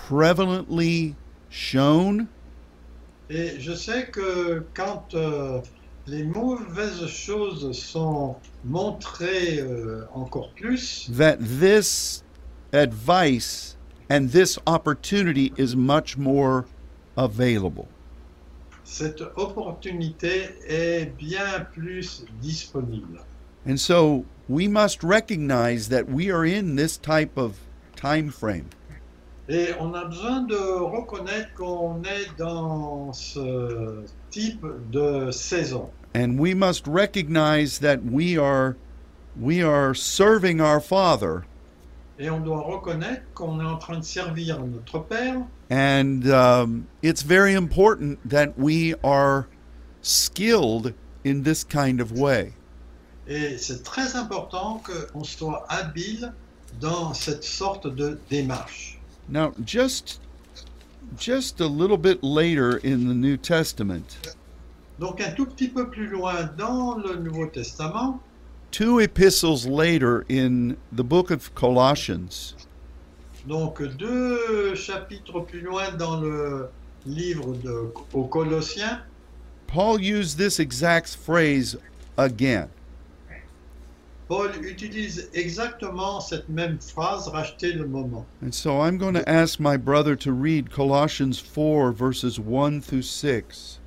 Speaker 1: prevalently shown,
Speaker 2: Et je sais que quand euh, les mauvaises choses sont montrées euh, encore plus,
Speaker 1: that this advice and this opportunity is much more available.
Speaker 2: cette opportunité est bien plus disponible.
Speaker 1: And so we must recognize that we are in this type of time frame.
Speaker 2: Et on a besoin de reconnaître qu'on est dans ce type de saison.
Speaker 1: And we must recognize that we are We are serving our Father,
Speaker 2: Et on doit reconnaître qu'on est en train de servir notre Père
Speaker 1: and um, it's very important that we are skilled in this kind of way.
Speaker 2: et c'est très important qu'on soit habile dans cette sorte de démarche.
Speaker 1: Now, just just a little bit later in the New Testament,
Speaker 2: Donc un tout petit peu plus loin dans le Nouveau Testament,
Speaker 1: two epistles later in the book of Colossians,
Speaker 2: donc deux chapitres plus loin dans le livre de, aux Colossiens,
Speaker 1: Paul used this exact phrase again.
Speaker 2: Paul utilise exactement cette même phrase, racheter le moment.
Speaker 1: And so I'm going to ask my brother to read Colossians 4, verses 1 through 6.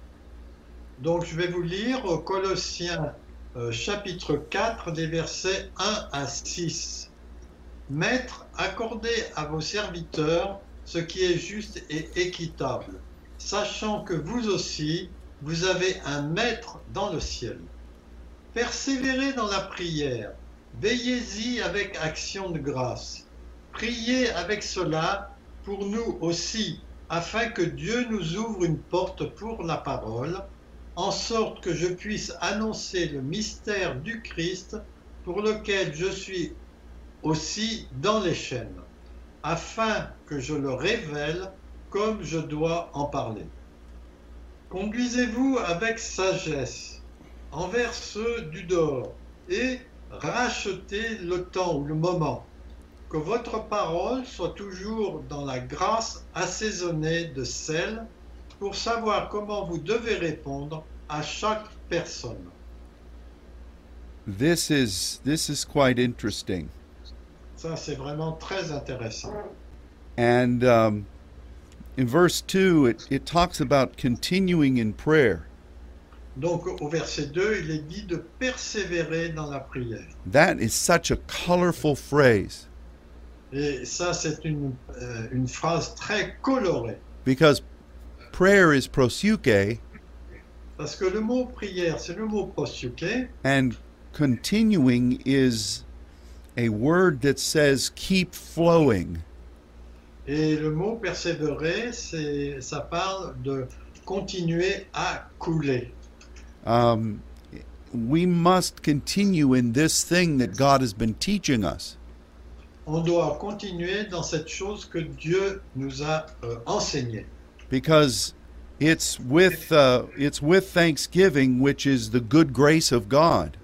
Speaker 2: Donc je vais vous lire au Colossiens euh, chapitre 4 des versets 1 à 6. Maître, accordez à vos serviteurs ce qui est juste et équitable, sachant que vous aussi, vous avez un maître dans le ciel. Persévérez dans la prière, veillez-y avec action de grâce. Priez avec cela pour nous aussi, afin que Dieu nous ouvre une porte pour la parole en sorte que je puisse annoncer le mystère du Christ pour lequel je suis aussi dans les chaînes, afin que je le révèle comme je dois en parler. Conduisez-vous avec sagesse envers ceux du dehors et rachetez le temps ou le moment. Que votre parole soit toujours dans la grâce assaisonnée de celle pour savoir comment vous devez répondre à chaque personne.
Speaker 1: This is this is quite interesting.
Speaker 2: Ça, c'est vraiment très intéressant.
Speaker 1: And um, in verse 2, it, it talks about continuing in prayer.
Speaker 2: Donc, au verset 2, il est dit de persévérer dans la prière.
Speaker 1: That is such a colorful phrase
Speaker 2: Et ça, c'est une, euh, une phrase très colorée.
Speaker 1: because prayer is prosuke
Speaker 2: Parce que le mot prière, c'est le mot prosuke,
Speaker 1: and continuing is a word that says keep flowing.
Speaker 2: et le mot persévérer, c'est, ça parle de continuer à couler.
Speaker 1: Um, we must continue in this thing that God has been teaching us.
Speaker 2: On doit continuer dans cette chose que Dieu nous a euh, enseignée.
Speaker 1: because it's with uh, it's with thanksgiving, which is the good grace of God,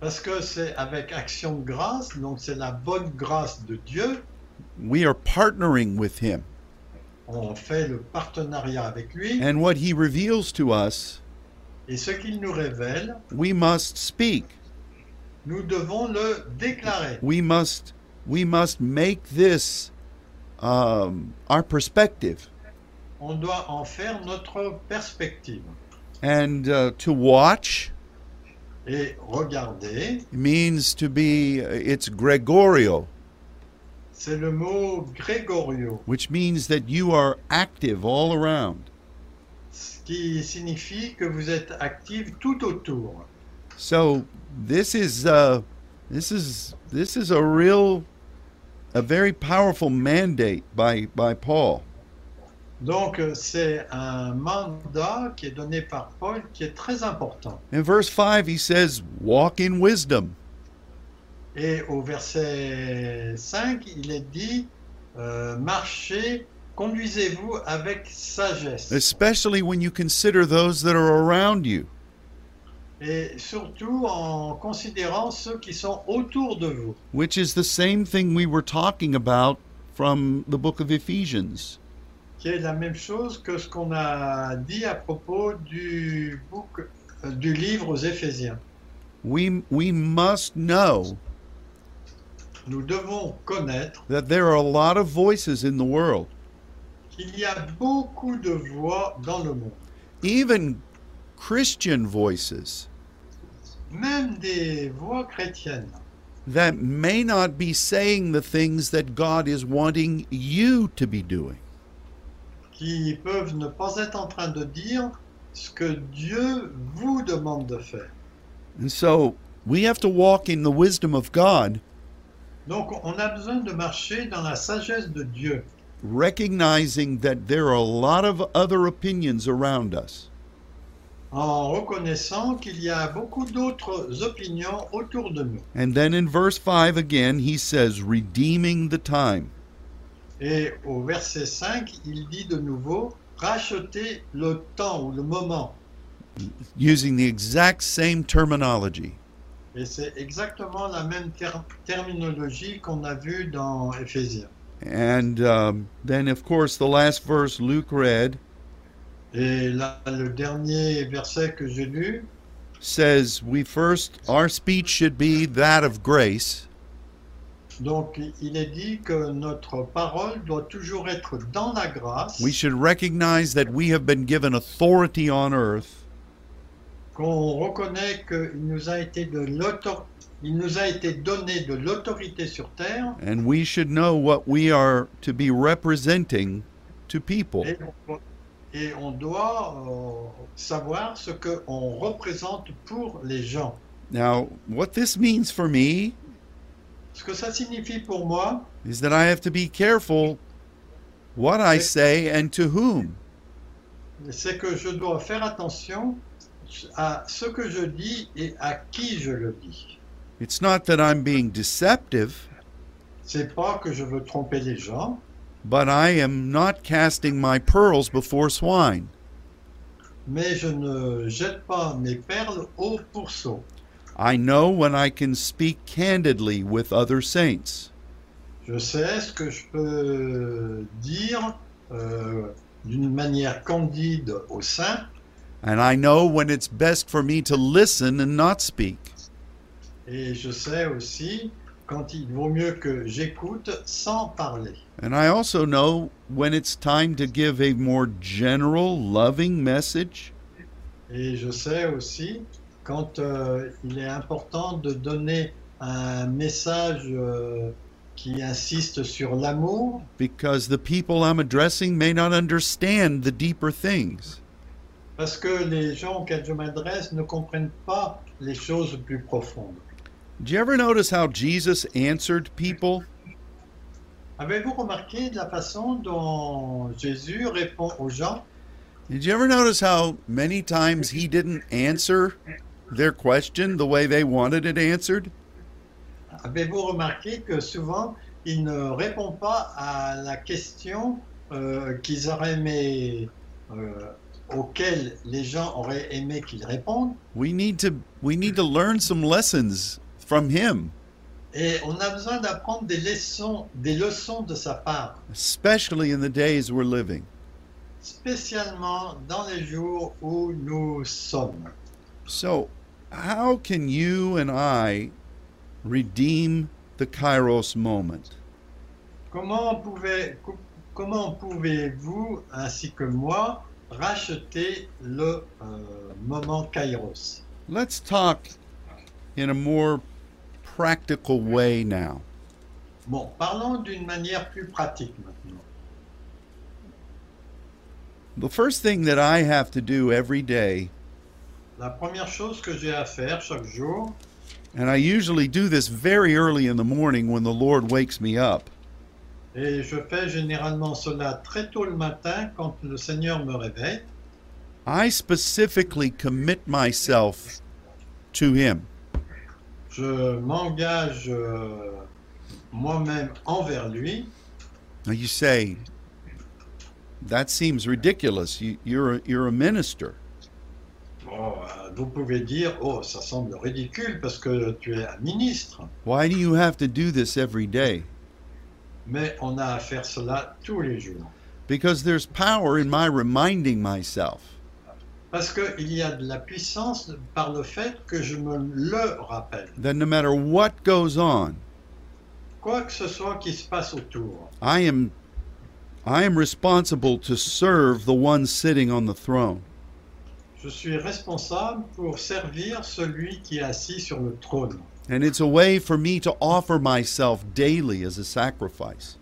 Speaker 2: Parce que c'est avec action de grâce, donc c'est la bonne grâce de Dieu,
Speaker 1: we are partnering with Him,
Speaker 2: on fait le partenariat avec lui,
Speaker 1: and what He reveals to us,
Speaker 2: et ce qu'il nous révèle,
Speaker 1: we must speak.
Speaker 2: nous devons le déclarer.
Speaker 1: We must we must make this um, our perspective,
Speaker 2: On doit en faire notre perspective.
Speaker 1: and uh, to watch
Speaker 2: Et regarder,
Speaker 1: means to be. uh, It's Gregorio,
Speaker 2: c'est le mot Gregorio,
Speaker 1: which means that you are active all around.
Speaker 2: ce qui signifie que vous êtes actif tout autour.
Speaker 1: So this is uh, this is this is a real, a very powerful mandate by by Paul,
Speaker 2: Donc euh, c'est un mandat qui est donné par Paul qui est très important.
Speaker 1: In verse five, he says, "Walk in wisdom."
Speaker 2: Et au verset 5, il est dit euh, Marchez, conduisez-vous avec sagesse.
Speaker 1: Especially when you consider those that are around you.
Speaker 2: Et surtout en considérant ceux qui sont autour de vous.
Speaker 1: Which is the same thing we were talking about from the book of Ephesians.
Speaker 2: Qui est la même chose que ce qu'on a dit à propos du, book- euh, du livre aux Éphésiens.
Speaker 1: We we must know
Speaker 2: Nous devons connaître
Speaker 1: that there are a lot of voices in the world,
Speaker 2: qu'il y a beaucoup de voix dans le monde.
Speaker 1: even Christian voices,
Speaker 2: Même des voix chrétiennes
Speaker 1: that may not be saying the things that God is wanting you to be doing.
Speaker 2: qui peuvent ne pas être en train de dire ce que Dieu vous demande de faire.
Speaker 1: And so We have to walk in the wisdom of God,
Speaker 2: Donc on a besoin de marcher dans la sagesse de Dieu,
Speaker 1: recognizing that there are a lot of other opinions around us.
Speaker 2: en reconnaissant qu'il y a beaucoup d'autres opinions autour de nous.
Speaker 1: And then in verse 5 again, he says, redeeming the time.
Speaker 2: Et au verset 5, il dit de nouveau, racheter le temps ou le moment.
Speaker 1: using the exact same terminology.
Speaker 2: Et c'est exactement la même ter- terminologie qu'on a vue dans Éphésiens.
Speaker 1: And um, then, of course, the last verse Luke read
Speaker 2: Et là, le dernier verset que j'ai lu,
Speaker 1: says, We first, our speech should be that of grace,
Speaker 2: donc il est dit que notre parole doit toujours être dans la grâce,
Speaker 1: we should recognize that we have been given authority on earth,
Speaker 2: qu'on reconnaît qu'il nous a été de l'autor- il nous a été donné de l'autorité sur terre,
Speaker 1: and we should know what we are to be representing to people.
Speaker 2: et on doit- et on doit euh, savoir ce qu'on représente pour les gens.
Speaker 1: Now, what this means for me
Speaker 2: Ce que ça signifie pour moi,
Speaker 1: is that I have to be careful what I say and to whom.
Speaker 2: c'est que je dois faire attention à ce que je dis et à qui je le dis.
Speaker 1: It's not that I'm being deceptive.
Speaker 2: C'est pas que je veux tromper les gens,
Speaker 1: But I am not casting my pearls before swine.
Speaker 2: mais je ne jette pas mes perles au pourceau.
Speaker 1: I know when I can speak candidly with other saints.
Speaker 2: Je sais ce que je peux dire euh, d'une manière candide au sein,
Speaker 1: And I know when it's best for me to listen and not speak.
Speaker 2: et je sais aussi quand il vaut mieux que j'écoute sans parler.
Speaker 1: And I also know when it's time to give a more general, loving message
Speaker 2: Et je sais aussi quand euh, il est important de donner un message euh, qui insiste sur l'amour,
Speaker 1: because the people I'm addressing may not understand the deeper things.
Speaker 2: parce que les gens auxquels je m'adresse ne comprennent pas les choses plus profondes.
Speaker 1: Do you ever notice how Jesus answered people?
Speaker 2: Avez-vous remarqué la façon dont Jésus répond aux gens
Speaker 1: Did you ever notice how many times he didn't answer their question the way they wanted it answered?
Speaker 2: Avez-vous remarqué que souvent, il ne répond pas à la question euh, qu'ils auraient aimé, euh, auquel les gens auraient aimé qu'ils répondent
Speaker 1: We need to we need to learn some lessons from him,
Speaker 2: Et on a besoin d'apprendre des leçons, des leçons de sa part,
Speaker 1: especially in the days we're living.
Speaker 2: spécialement dans les jours où nous sommes.
Speaker 1: So, how can you and I redeem the kairos moment?
Speaker 2: Comment, pouvez- co- comment pouvez-vous, ainsi que moi, racheter le euh, moment Kairos
Speaker 1: Let's talk in a more practical way now.
Speaker 2: Bon, parlons d'une manière plus pratique maintenant.
Speaker 1: The first thing that I have to do every day,
Speaker 2: La première chose que j'ai à faire chaque jour,
Speaker 1: and I usually do this very early in the morning when the Lord wakes me up,
Speaker 2: et je fais généralement cela très tôt le matin quand le Seigneur me réveille,
Speaker 1: I specifically commit myself to him.
Speaker 2: je m'engage euh, moi-même envers lui.
Speaker 1: Now you say, that seems ridiculous. You, you're, a, you're a minister.
Speaker 2: Bon, euh, vous pouvez dire, oh, ça semble ridicule parce que tu es un ministre,
Speaker 1: Why do you have to do this every day?
Speaker 2: mais on a à faire cela tous les jours.
Speaker 1: Because there's power in my reminding myself.
Speaker 2: Parce qu'il y a de la puissance par le fait que je me le rappelle.
Speaker 1: That no matter what goes on,
Speaker 2: Quoi que ce soit qui se passe autour,
Speaker 1: I am, I am responsible to serve the one sitting on the throne.
Speaker 2: je suis responsable pour servir celui qui est assis sur le trône.
Speaker 1: And it's a way for me to offer myself daily as a sacrifice.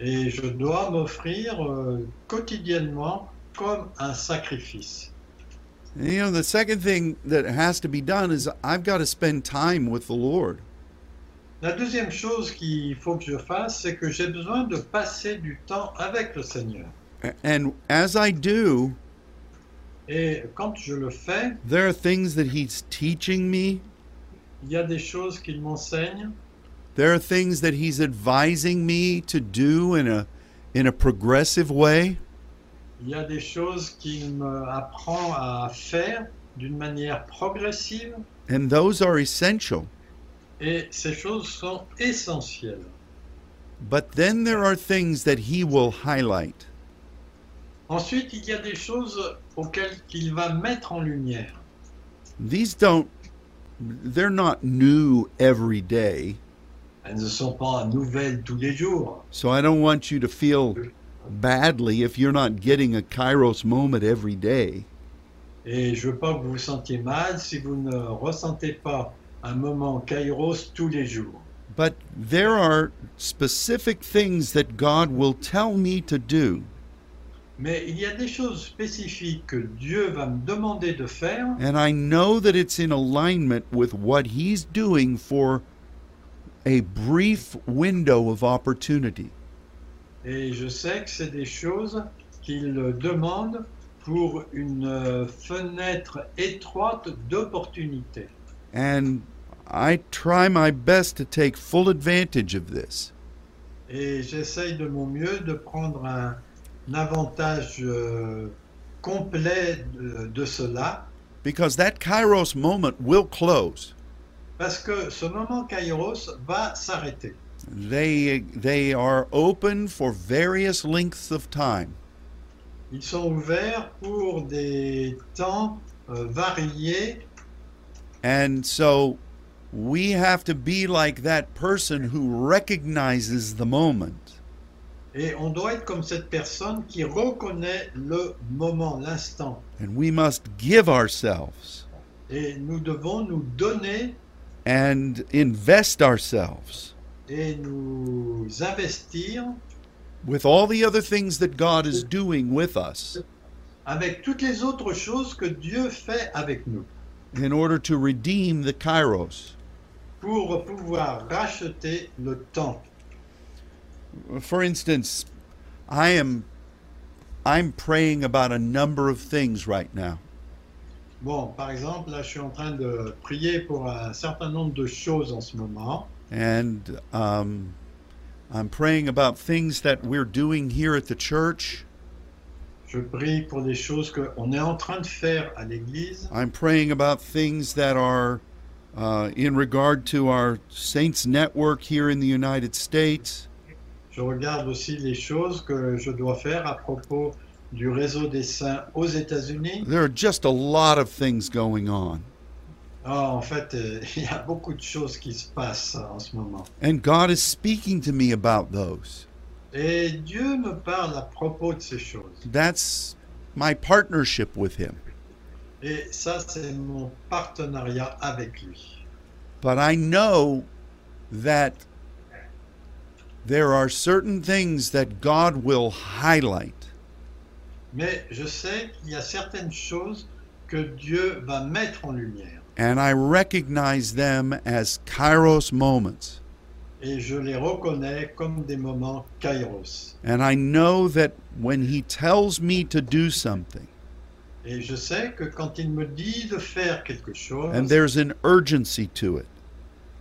Speaker 2: Et je dois m'offrir euh, quotidiennement comme un sacrifice.
Speaker 1: And, you know, the second thing that has to be done is I've got to spend time with the Lord.
Speaker 2: La deuxième chose qu'il faut que je fasse, c'est que j'ai besoin de passer du temps avec le Seigneur.
Speaker 1: A- And as I do,
Speaker 2: Et quand je le fais,
Speaker 1: there are things that He's teaching me,
Speaker 2: il y a des choses qu'il m'enseigne,
Speaker 1: there are things that He's advising me to do in a, in a progressive way.
Speaker 2: il y a des choses qu'il me apprend à faire d'une manière progressive,
Speaker 1: And those are essential.
Speaker 2: et ces choses sont essentielles.
Speaker 1: But then there are things that He will highlight.
Speaker 2: Ensuite, il y a des choses auxquelles il va mettre en lumière.
Speaker 1: These don't, they're not new every day.
Speaker 2: Elles ne sont pas nouvelles tous les jours.
Speaker 1: So I don't want you to feel badly if you're not getting a Kairos moment every day.
Speaker 2: Et je veux pas que vous vous sentiez mal si vous ne ressentez pas un moment kairos tous les jours.
Speaker 1: But there are specific things that God will tell me to do.
Speaker 2: Mais il y a des choses spécifiques que Dieu va me demander de faire
Speaker 1: And I know that it's in alignment with what He's doing for a brief window of opportunity.
Speaker 2: et je sais que c'est des choses qu'il demande pour une euh, fenêtre étroite d'opportunité.
Speaker 1: And I try my best to take full advantage of this.
Speaker 2: Et j'essaye de mon mieux de prendre un, un avantage euh, complet de- de cela
Speaker 1: Because that Kairos moment will close.
Speaker 2: parce que ce moment kairos va s'arrêter.
Speaker 1: They, they are open for various lengths of time.
Speaker 2: Ils sont ouverts pour des temps euh, variés
Speaker 1: And so we have to be like that person who recognizes the moment
Speaker 2: et on doit être comme cette personne qui reconnaît le moment, l'instant.
Speaker 1: and we must give ourselves
Speaker 2: Et nous devons nous donner
Speaker 1: and invest ourselves
Speaker 2: et nous investir
Speaker 1: with all the other things that God is doing with us
Speaker 2: avec toutes les autres choses que Dieu fait avec nous
Speaker 1: in order to redeem the kairos.
Speaker 2: pour pouvoir racheter le temps.
Speaker 1: For instance, I am I'm praying about a number of things right now.
Speaker 2: Bon, par exemple, là, je suis en train de prier pour un certain nombre de choses en ce moment.
Speaker 1: And um, I'm praying about things that we're doing here at the church.
Speaker 2: Je prie pour des choses qu'on est en train de faire à l'église.
Speaker 1: I'm praying about things that are uh, in regard to our Saints Network here in the United States.
Speaker 2: Je regarde aussi les choses que je dois faire à propos du réseau des saints aux États-Unis.
Speaker 1: There are just a lot of things going on.
Speaker 2: Ah, en fait, euh, il y a beaucoup de choses qui se passent en ce moment.
Speaker 1: And God is speaking to me about those.
Speaker 2: Et Dieu me parle à propos de ces choses.
Speaker 1: That's my partnership with Him.
Speaker 2: Et ça, c'est mon partenariat avec lui.
Speaker 1: But I know that there are certain things that God will highlight.
Speaker 2: Mais je sais qu'il y a certaines choses que Dieu va mettre en lumière.
Speaker 1: And I recognize them as Kairos moments.
Speaker 2: Et je les reconnais comme des moments kairos.
Speaker 1: And I know that when he tells me to do something
Speaker 2: Et je sais que quand il me dit de faire quelque chose,
Speaker 1: and there's an urgency to it,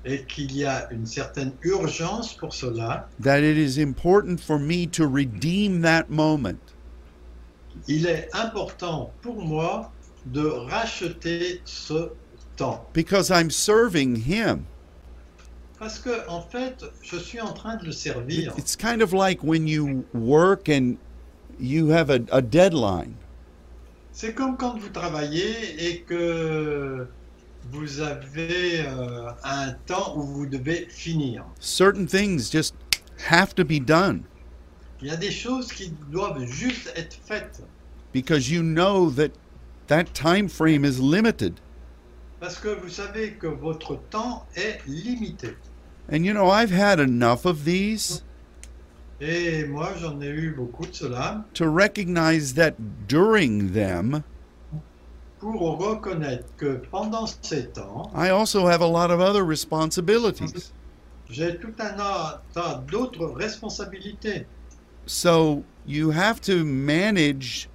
Speaker 2: et qu'il y a une certaine urgence pour cela,
Speaker 1: that it is important for me to redeem that moment.
Speaker 2: il est important pour moi de racheter ce temps.
Speaker 1: Because I'm serving him.
Speaker 2: Parce que, en fait, je suis en train de le servir.
Speaker 1: It's kind of like when you work and you have a, a deadline.
Speaker 2: C'est comme quand vous travaillez et que vous avez euh, un temps où vous devez finir.
Speaker 1: Certain things just have to be done
Speaker 2: Il y a des choses qui doivent juste être faites.
Speaker 1: because you know that that time frame is limited.
Speaker 2: Parce que vous savez que votre temps est limité.
Speaker 1: And you know, I've had enough of these
Speaker 2: Et moi, j'en ai eu beaucoup de cela.
Speaker 1: to recognize that during them,
Speaker 2: pour reconnaître que pendant ces temps,
Speaker 1: I also have a lot of other responsibilities.
Speaker 2: j'ai tout un a- tas d'autres responsabilités.
Speaker 1: So you have to manage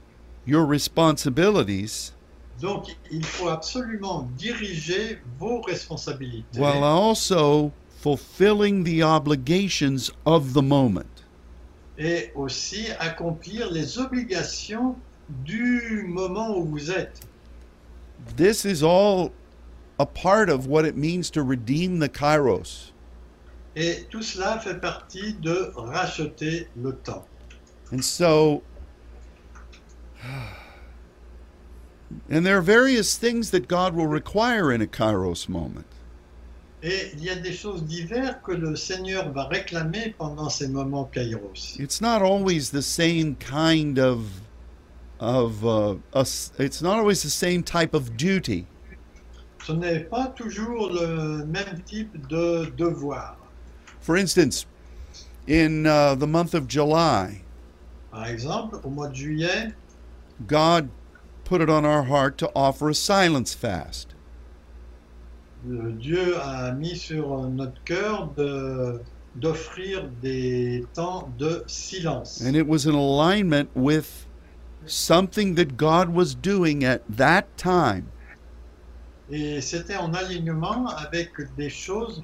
Speaker 1: your responsibilities
Speaker 2: Donc, il faut absolument diriger vos responsabilités
Speaker 1: while also fulfilling the obligations of the moment.
Speaker 2: et aussi accomplir les obligations du moment où vous êtes.
Speaker 1: This is all a part of what it means to redeem the kairos.
Speaker 2: Et tout cela fait partie de racheter le temps.
Speaker 1: And so, and there are various things that God will require in a kairos moment.
Speaker 2: Et il y a des choses diverses que le Seigneur va réclamer pendant ces moments kairos.
Speaker 1: It's not always the same kind of of uh, us. It's not always the same type of duty.
Speaker 2: Ce n'est pas toujours le même type de devoir.
Speaker 1: For instance, in uh, the month of July,
Speaker 2: Par exemple, au mois de juillet,
Speaker 1: God put it on our heart to offer a silence fast.
Speaker 2: euh, Dieu a mis sur notre cœur de- d'offrir des temps de silence.
Speaker 1: And it was in alignment with something that God was doing at that time.
Speaker 2: Et c'était en alignement avec des choses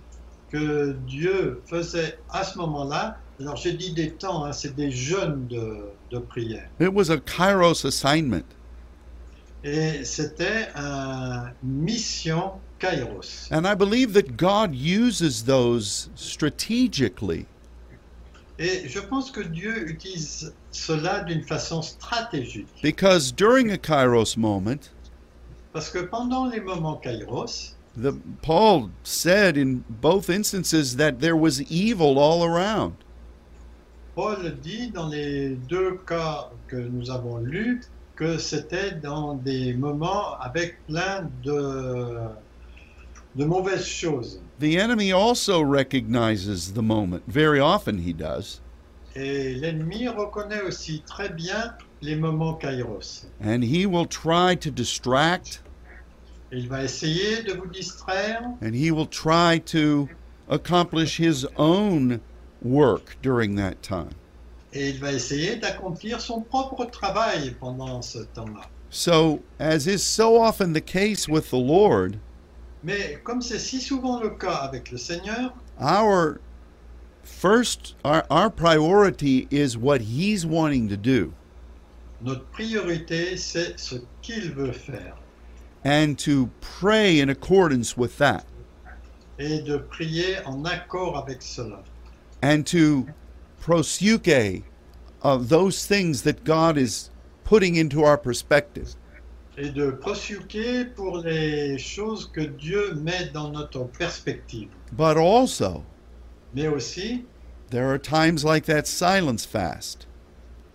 Speaker 2: que Dieu faisait à ce moment-là. Alors j'ai dit des temps, hein, c'est des jeûnes de, de prière.
Speaker 1: It was a kairos assignment.
Speaker 2: Et c'était un mission Kairos.
Speaker 1: And I believe that God uses those strategically
Speaker 2: Et je pense que Dieu utilise cela d'une façon stratégique.
Speaker 1: because during a kairos moment,
Speaker 2: Parce que pendant les moments Kairos,
Speaker 1: the Paul said in both instances that there was evil all around.
Speaker 2: Paul dit dans les deux cas que nous avons lus que c'était dans des moments avec plein de, de mauvaises choses.
Speaker 1: The enemy also recognizes the moment. Very often he does,
Speaker 2: Et l'ennemi reconnaît aussi très bien les moments kairos.
Speaker 1: and he will try to distract
Speaker 2: Il va essayer de vous distraire,
Speaker 1: and he will try to accomplish his own work during that time.
Speaker 2: Et il va essayer d'accomplir son propre travail pendant ce temps-là.
Speaker 1: So, as is so often the case with the Lord,
Speaker 2: Mais comme c'est si souvent le cas avec le Seigneur,
Speaker 1: our first our, our priority is what he's wanting to do
Speaker 2: notre priorité, c'est ce qu'il veut faire
Speaker 1: and to pray in accordance with that
Speaker 2: et de prier en accord avec cela
Speaker 1: and to prosuke of those things that God is putting into our perspective.
Speaker 2: et de prosuquer pour les choses que Dieu met dans notre perspective.
Speaker 1: But also,
Speaker 2: Mais aussi,
Speaker 1: there are times like that silence fast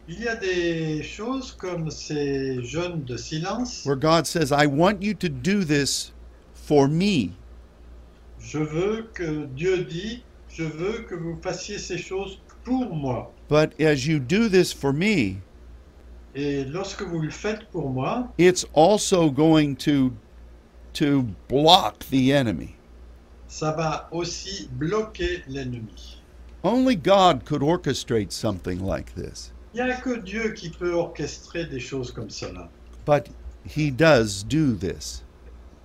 Speaker 2: il y a des choses comme ces jeûnes de silence.
Speaker 1: where God says, I want you to do this for me.
Speaker 2: Je veux que Dieu dit, je veux que vous fassiez ces choses pour moi.
Speaker 1: But as you do this for me,
Speaker 2: Et lorsque vous le faites pour moi,
Speaker 1: it's also going to to block the enemy.
Speaker 2: ça va aussi bloquer l'ennemi.
Speaker 1: Only God could orchestrate something like this,
Speaker 2: Il n'y a que Dieu qui peut orchestrer des choses comme cela,
Speaker 1: but he does do this.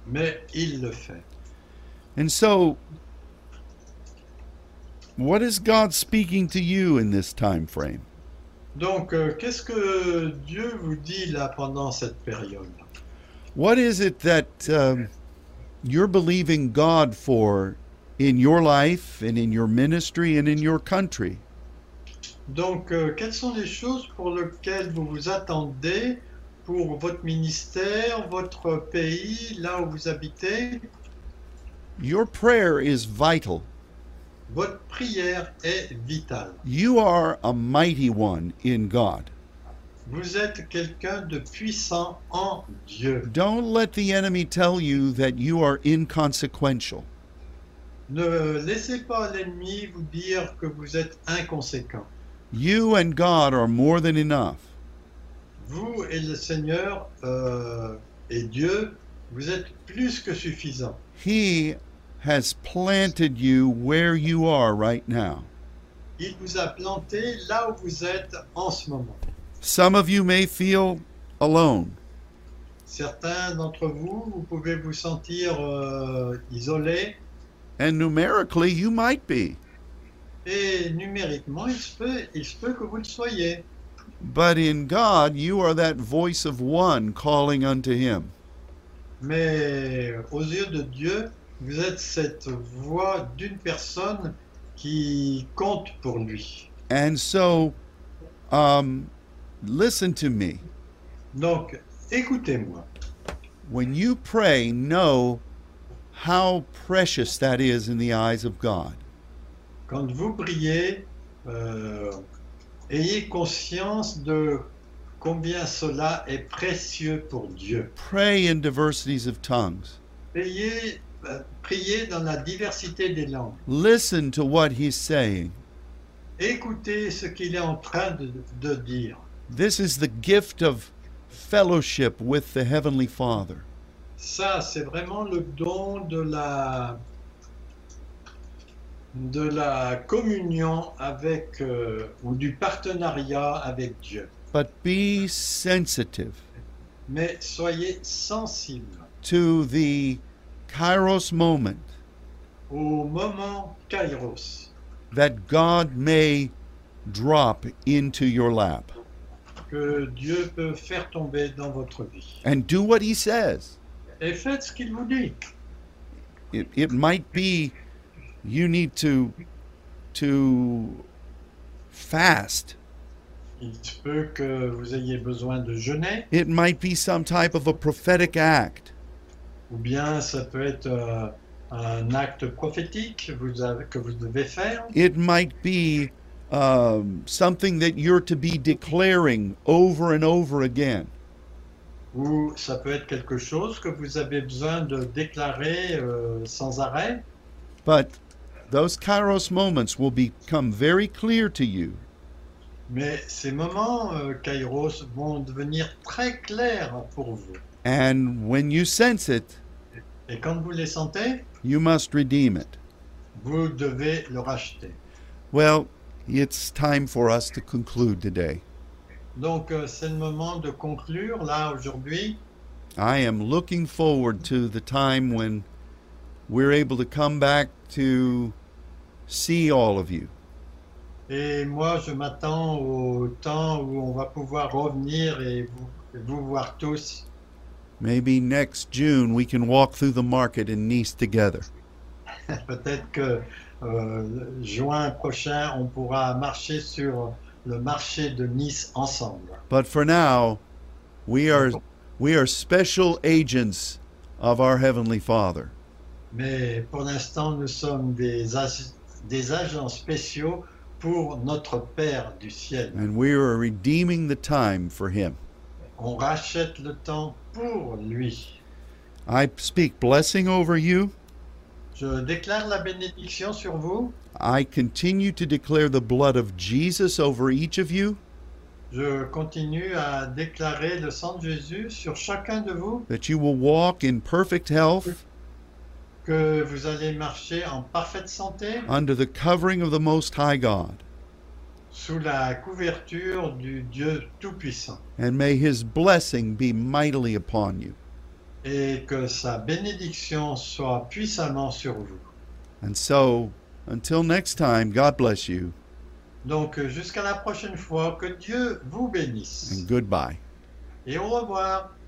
Speaker 2: mais il le fait.
Speaker 1: And so what is God speaking to you in this time frame?
Speaker 2: Donc, euh, qu'est-ce que Dieu vous dit là pendant cette période
Speaker 1: What is it that um, you're believing God for in your life and in your ministry and in your country?
Speaker 2: Donc, euh, quelles sont les choses pour lesquelles vous vous attendez pour votre ministère, votre pays, là où vous habitez
Speaker 1: Your prayer is vital.
Speaker 2: Votre prière est vitale.
Speaker 1: You are a mighty one in God.
Speaker 2: Vous êtes quelqu'un de puissant en Dieu.
Speaker 1: Don't let the enemy tell you that you are inconsequential.
Speaker 2: Ne laissez pas l'ennemi vous dire que vous êtes inconséquent.
Speaker 1: You and God are more than enough.
Speaker 2: Vous et le Seigneur, euh, Et Dieu, vous êtes plus que suffisant.
Speaker 1: He has planted you where you are right now.
Speaker 2: Il vous a planté là où vous êtes en ce moment.
Speaker 1: Some of you may feel alone.
Speaker 2: Certains d'entre vous, vous pouvez vous sentir euh, isolés
Speaker 1: And numerically, you might be.
Speaker 2: et numériquement, il se, peut, il se peut que vous le soyez.
Speaker 1: But in God, you are that voice of one calling unto him.
Speaker 2: Mais euh, aux yeux de Dieu, vous êtes cette voix d'une personne qui compte pour lui.
Speaker 1: And so, um, listen to me.
Speaker 2: Donc, écoutez-moi.
Speaker 1: When you pray, know how precious that is in the eyes of God.
Speaker 2: Quand vous priez, euh, ayez conscience de combien cela est précieux pour Dieu.
Speaker 1: Pray in diversities of tongues.
Speaker 2: Priez, euh, priez dans la diversité des langues.
Speaker 1: Listen to what he's saying.
Speaker 2: Écoutez ce qu'il est en train de, de dire.
Speaker 1: This is the gift of fellowship with the Heavenly Father.
Speaker 2: Ça, c'est vraiment le don de la de la communion avec euh, ou du partenariat avec Dieu.
Speaker 1: But be sensitive
Speaker 2: Mais soyez sensibles
Speaker 1: to the kairos moment
Speaker 2: au moment Kairos
Speaker 1: that God may drop into your lap
Speaker 2: que Dieu peut faire tomber dans votre vie.
Speaker 1: and do what he says.
Speaker 2: Et faites ce qu'il vous dit.
Speaker 1: It, it might be you need to to fast.
Speaker 2: Il se peut que vous ayez besoin de jeûner,
Speaker 1: It might be some type of a prophetic act.
Speaker 2: ou bien ça peut être euh, un acte prophétique vous avez- que vous devez faire.
Speaker 1: It might be um, something that you're to be declaring over and over again.
Speaker 2: ou ça peut être quelque chose que vous avez besoin de déclarer euh, sans arrêt,
Speaker 1: But those kairos moments will become very clear to you
Speaker 2: mais ces moments, euh, Kairos, vont devenir très clairs pour vous.
Speaker 1: And when you sense it,
Speaker 2: Et quand vous les sentez,
Speaker 1: you must redeem it.
Speaker 2: vous devez le racheter.
Speaker 1: Well, it's time for us to conclude today.
Speaker 2: Donc euh, c'est le moment de conclure là aujourd'hui.
Speaker 1: I am looking forward to the time when we're able to come back to see all of you.
Speaker 2: Et moi, je m'attends au temps où on va pouvoir revenir et vous, et vous voir tous.
Speaker 1: Maybe next June we can walk through the market in Nice together.
Speaker 2: Peut-être que euh, juin prochain, on pourra marcher sur le marché de Nice ensemble.
Speaker 1: But for now, we are we are special agents of our heavenly Father.
Speaker 2: Mais pour l'instant, nous sommes des, ag- des agents spéciaux pour notre Père du ciel.
Speaker 1: And we are redeeming the time for him.
Speaker 2: On rachète le temps pour lui.
Speaker 1: I speak blessing over you.
Speaker 2: Je déclare la bénédiction sur vous.
Speaker 1: I continue to declare the blood of Jesus over each of you,
Speaker 2: Je continue à déclarer le sang de Jésus sur chacun de vous,
Speaker 1: that you will walk in perfect health
Speaker 2: que vous allez marcher en parfaite santé
Speaker 1: under the covering of the Most High God.
Speaker 2: sous la couverture du Dieu Tout-Puissant
Speaker 1: And may his blessing be mightily upon you.
Speaker 2: et que sa bénédiction soit puissamment sur vous.
Speaker 1: And so, until next time, God bless you
Speaker 2: Donc jusqu'à la prochaine fois, que Dieu vous bénisse.
Speaker 1: and goodbye.
Speaker 2: Et au revoir.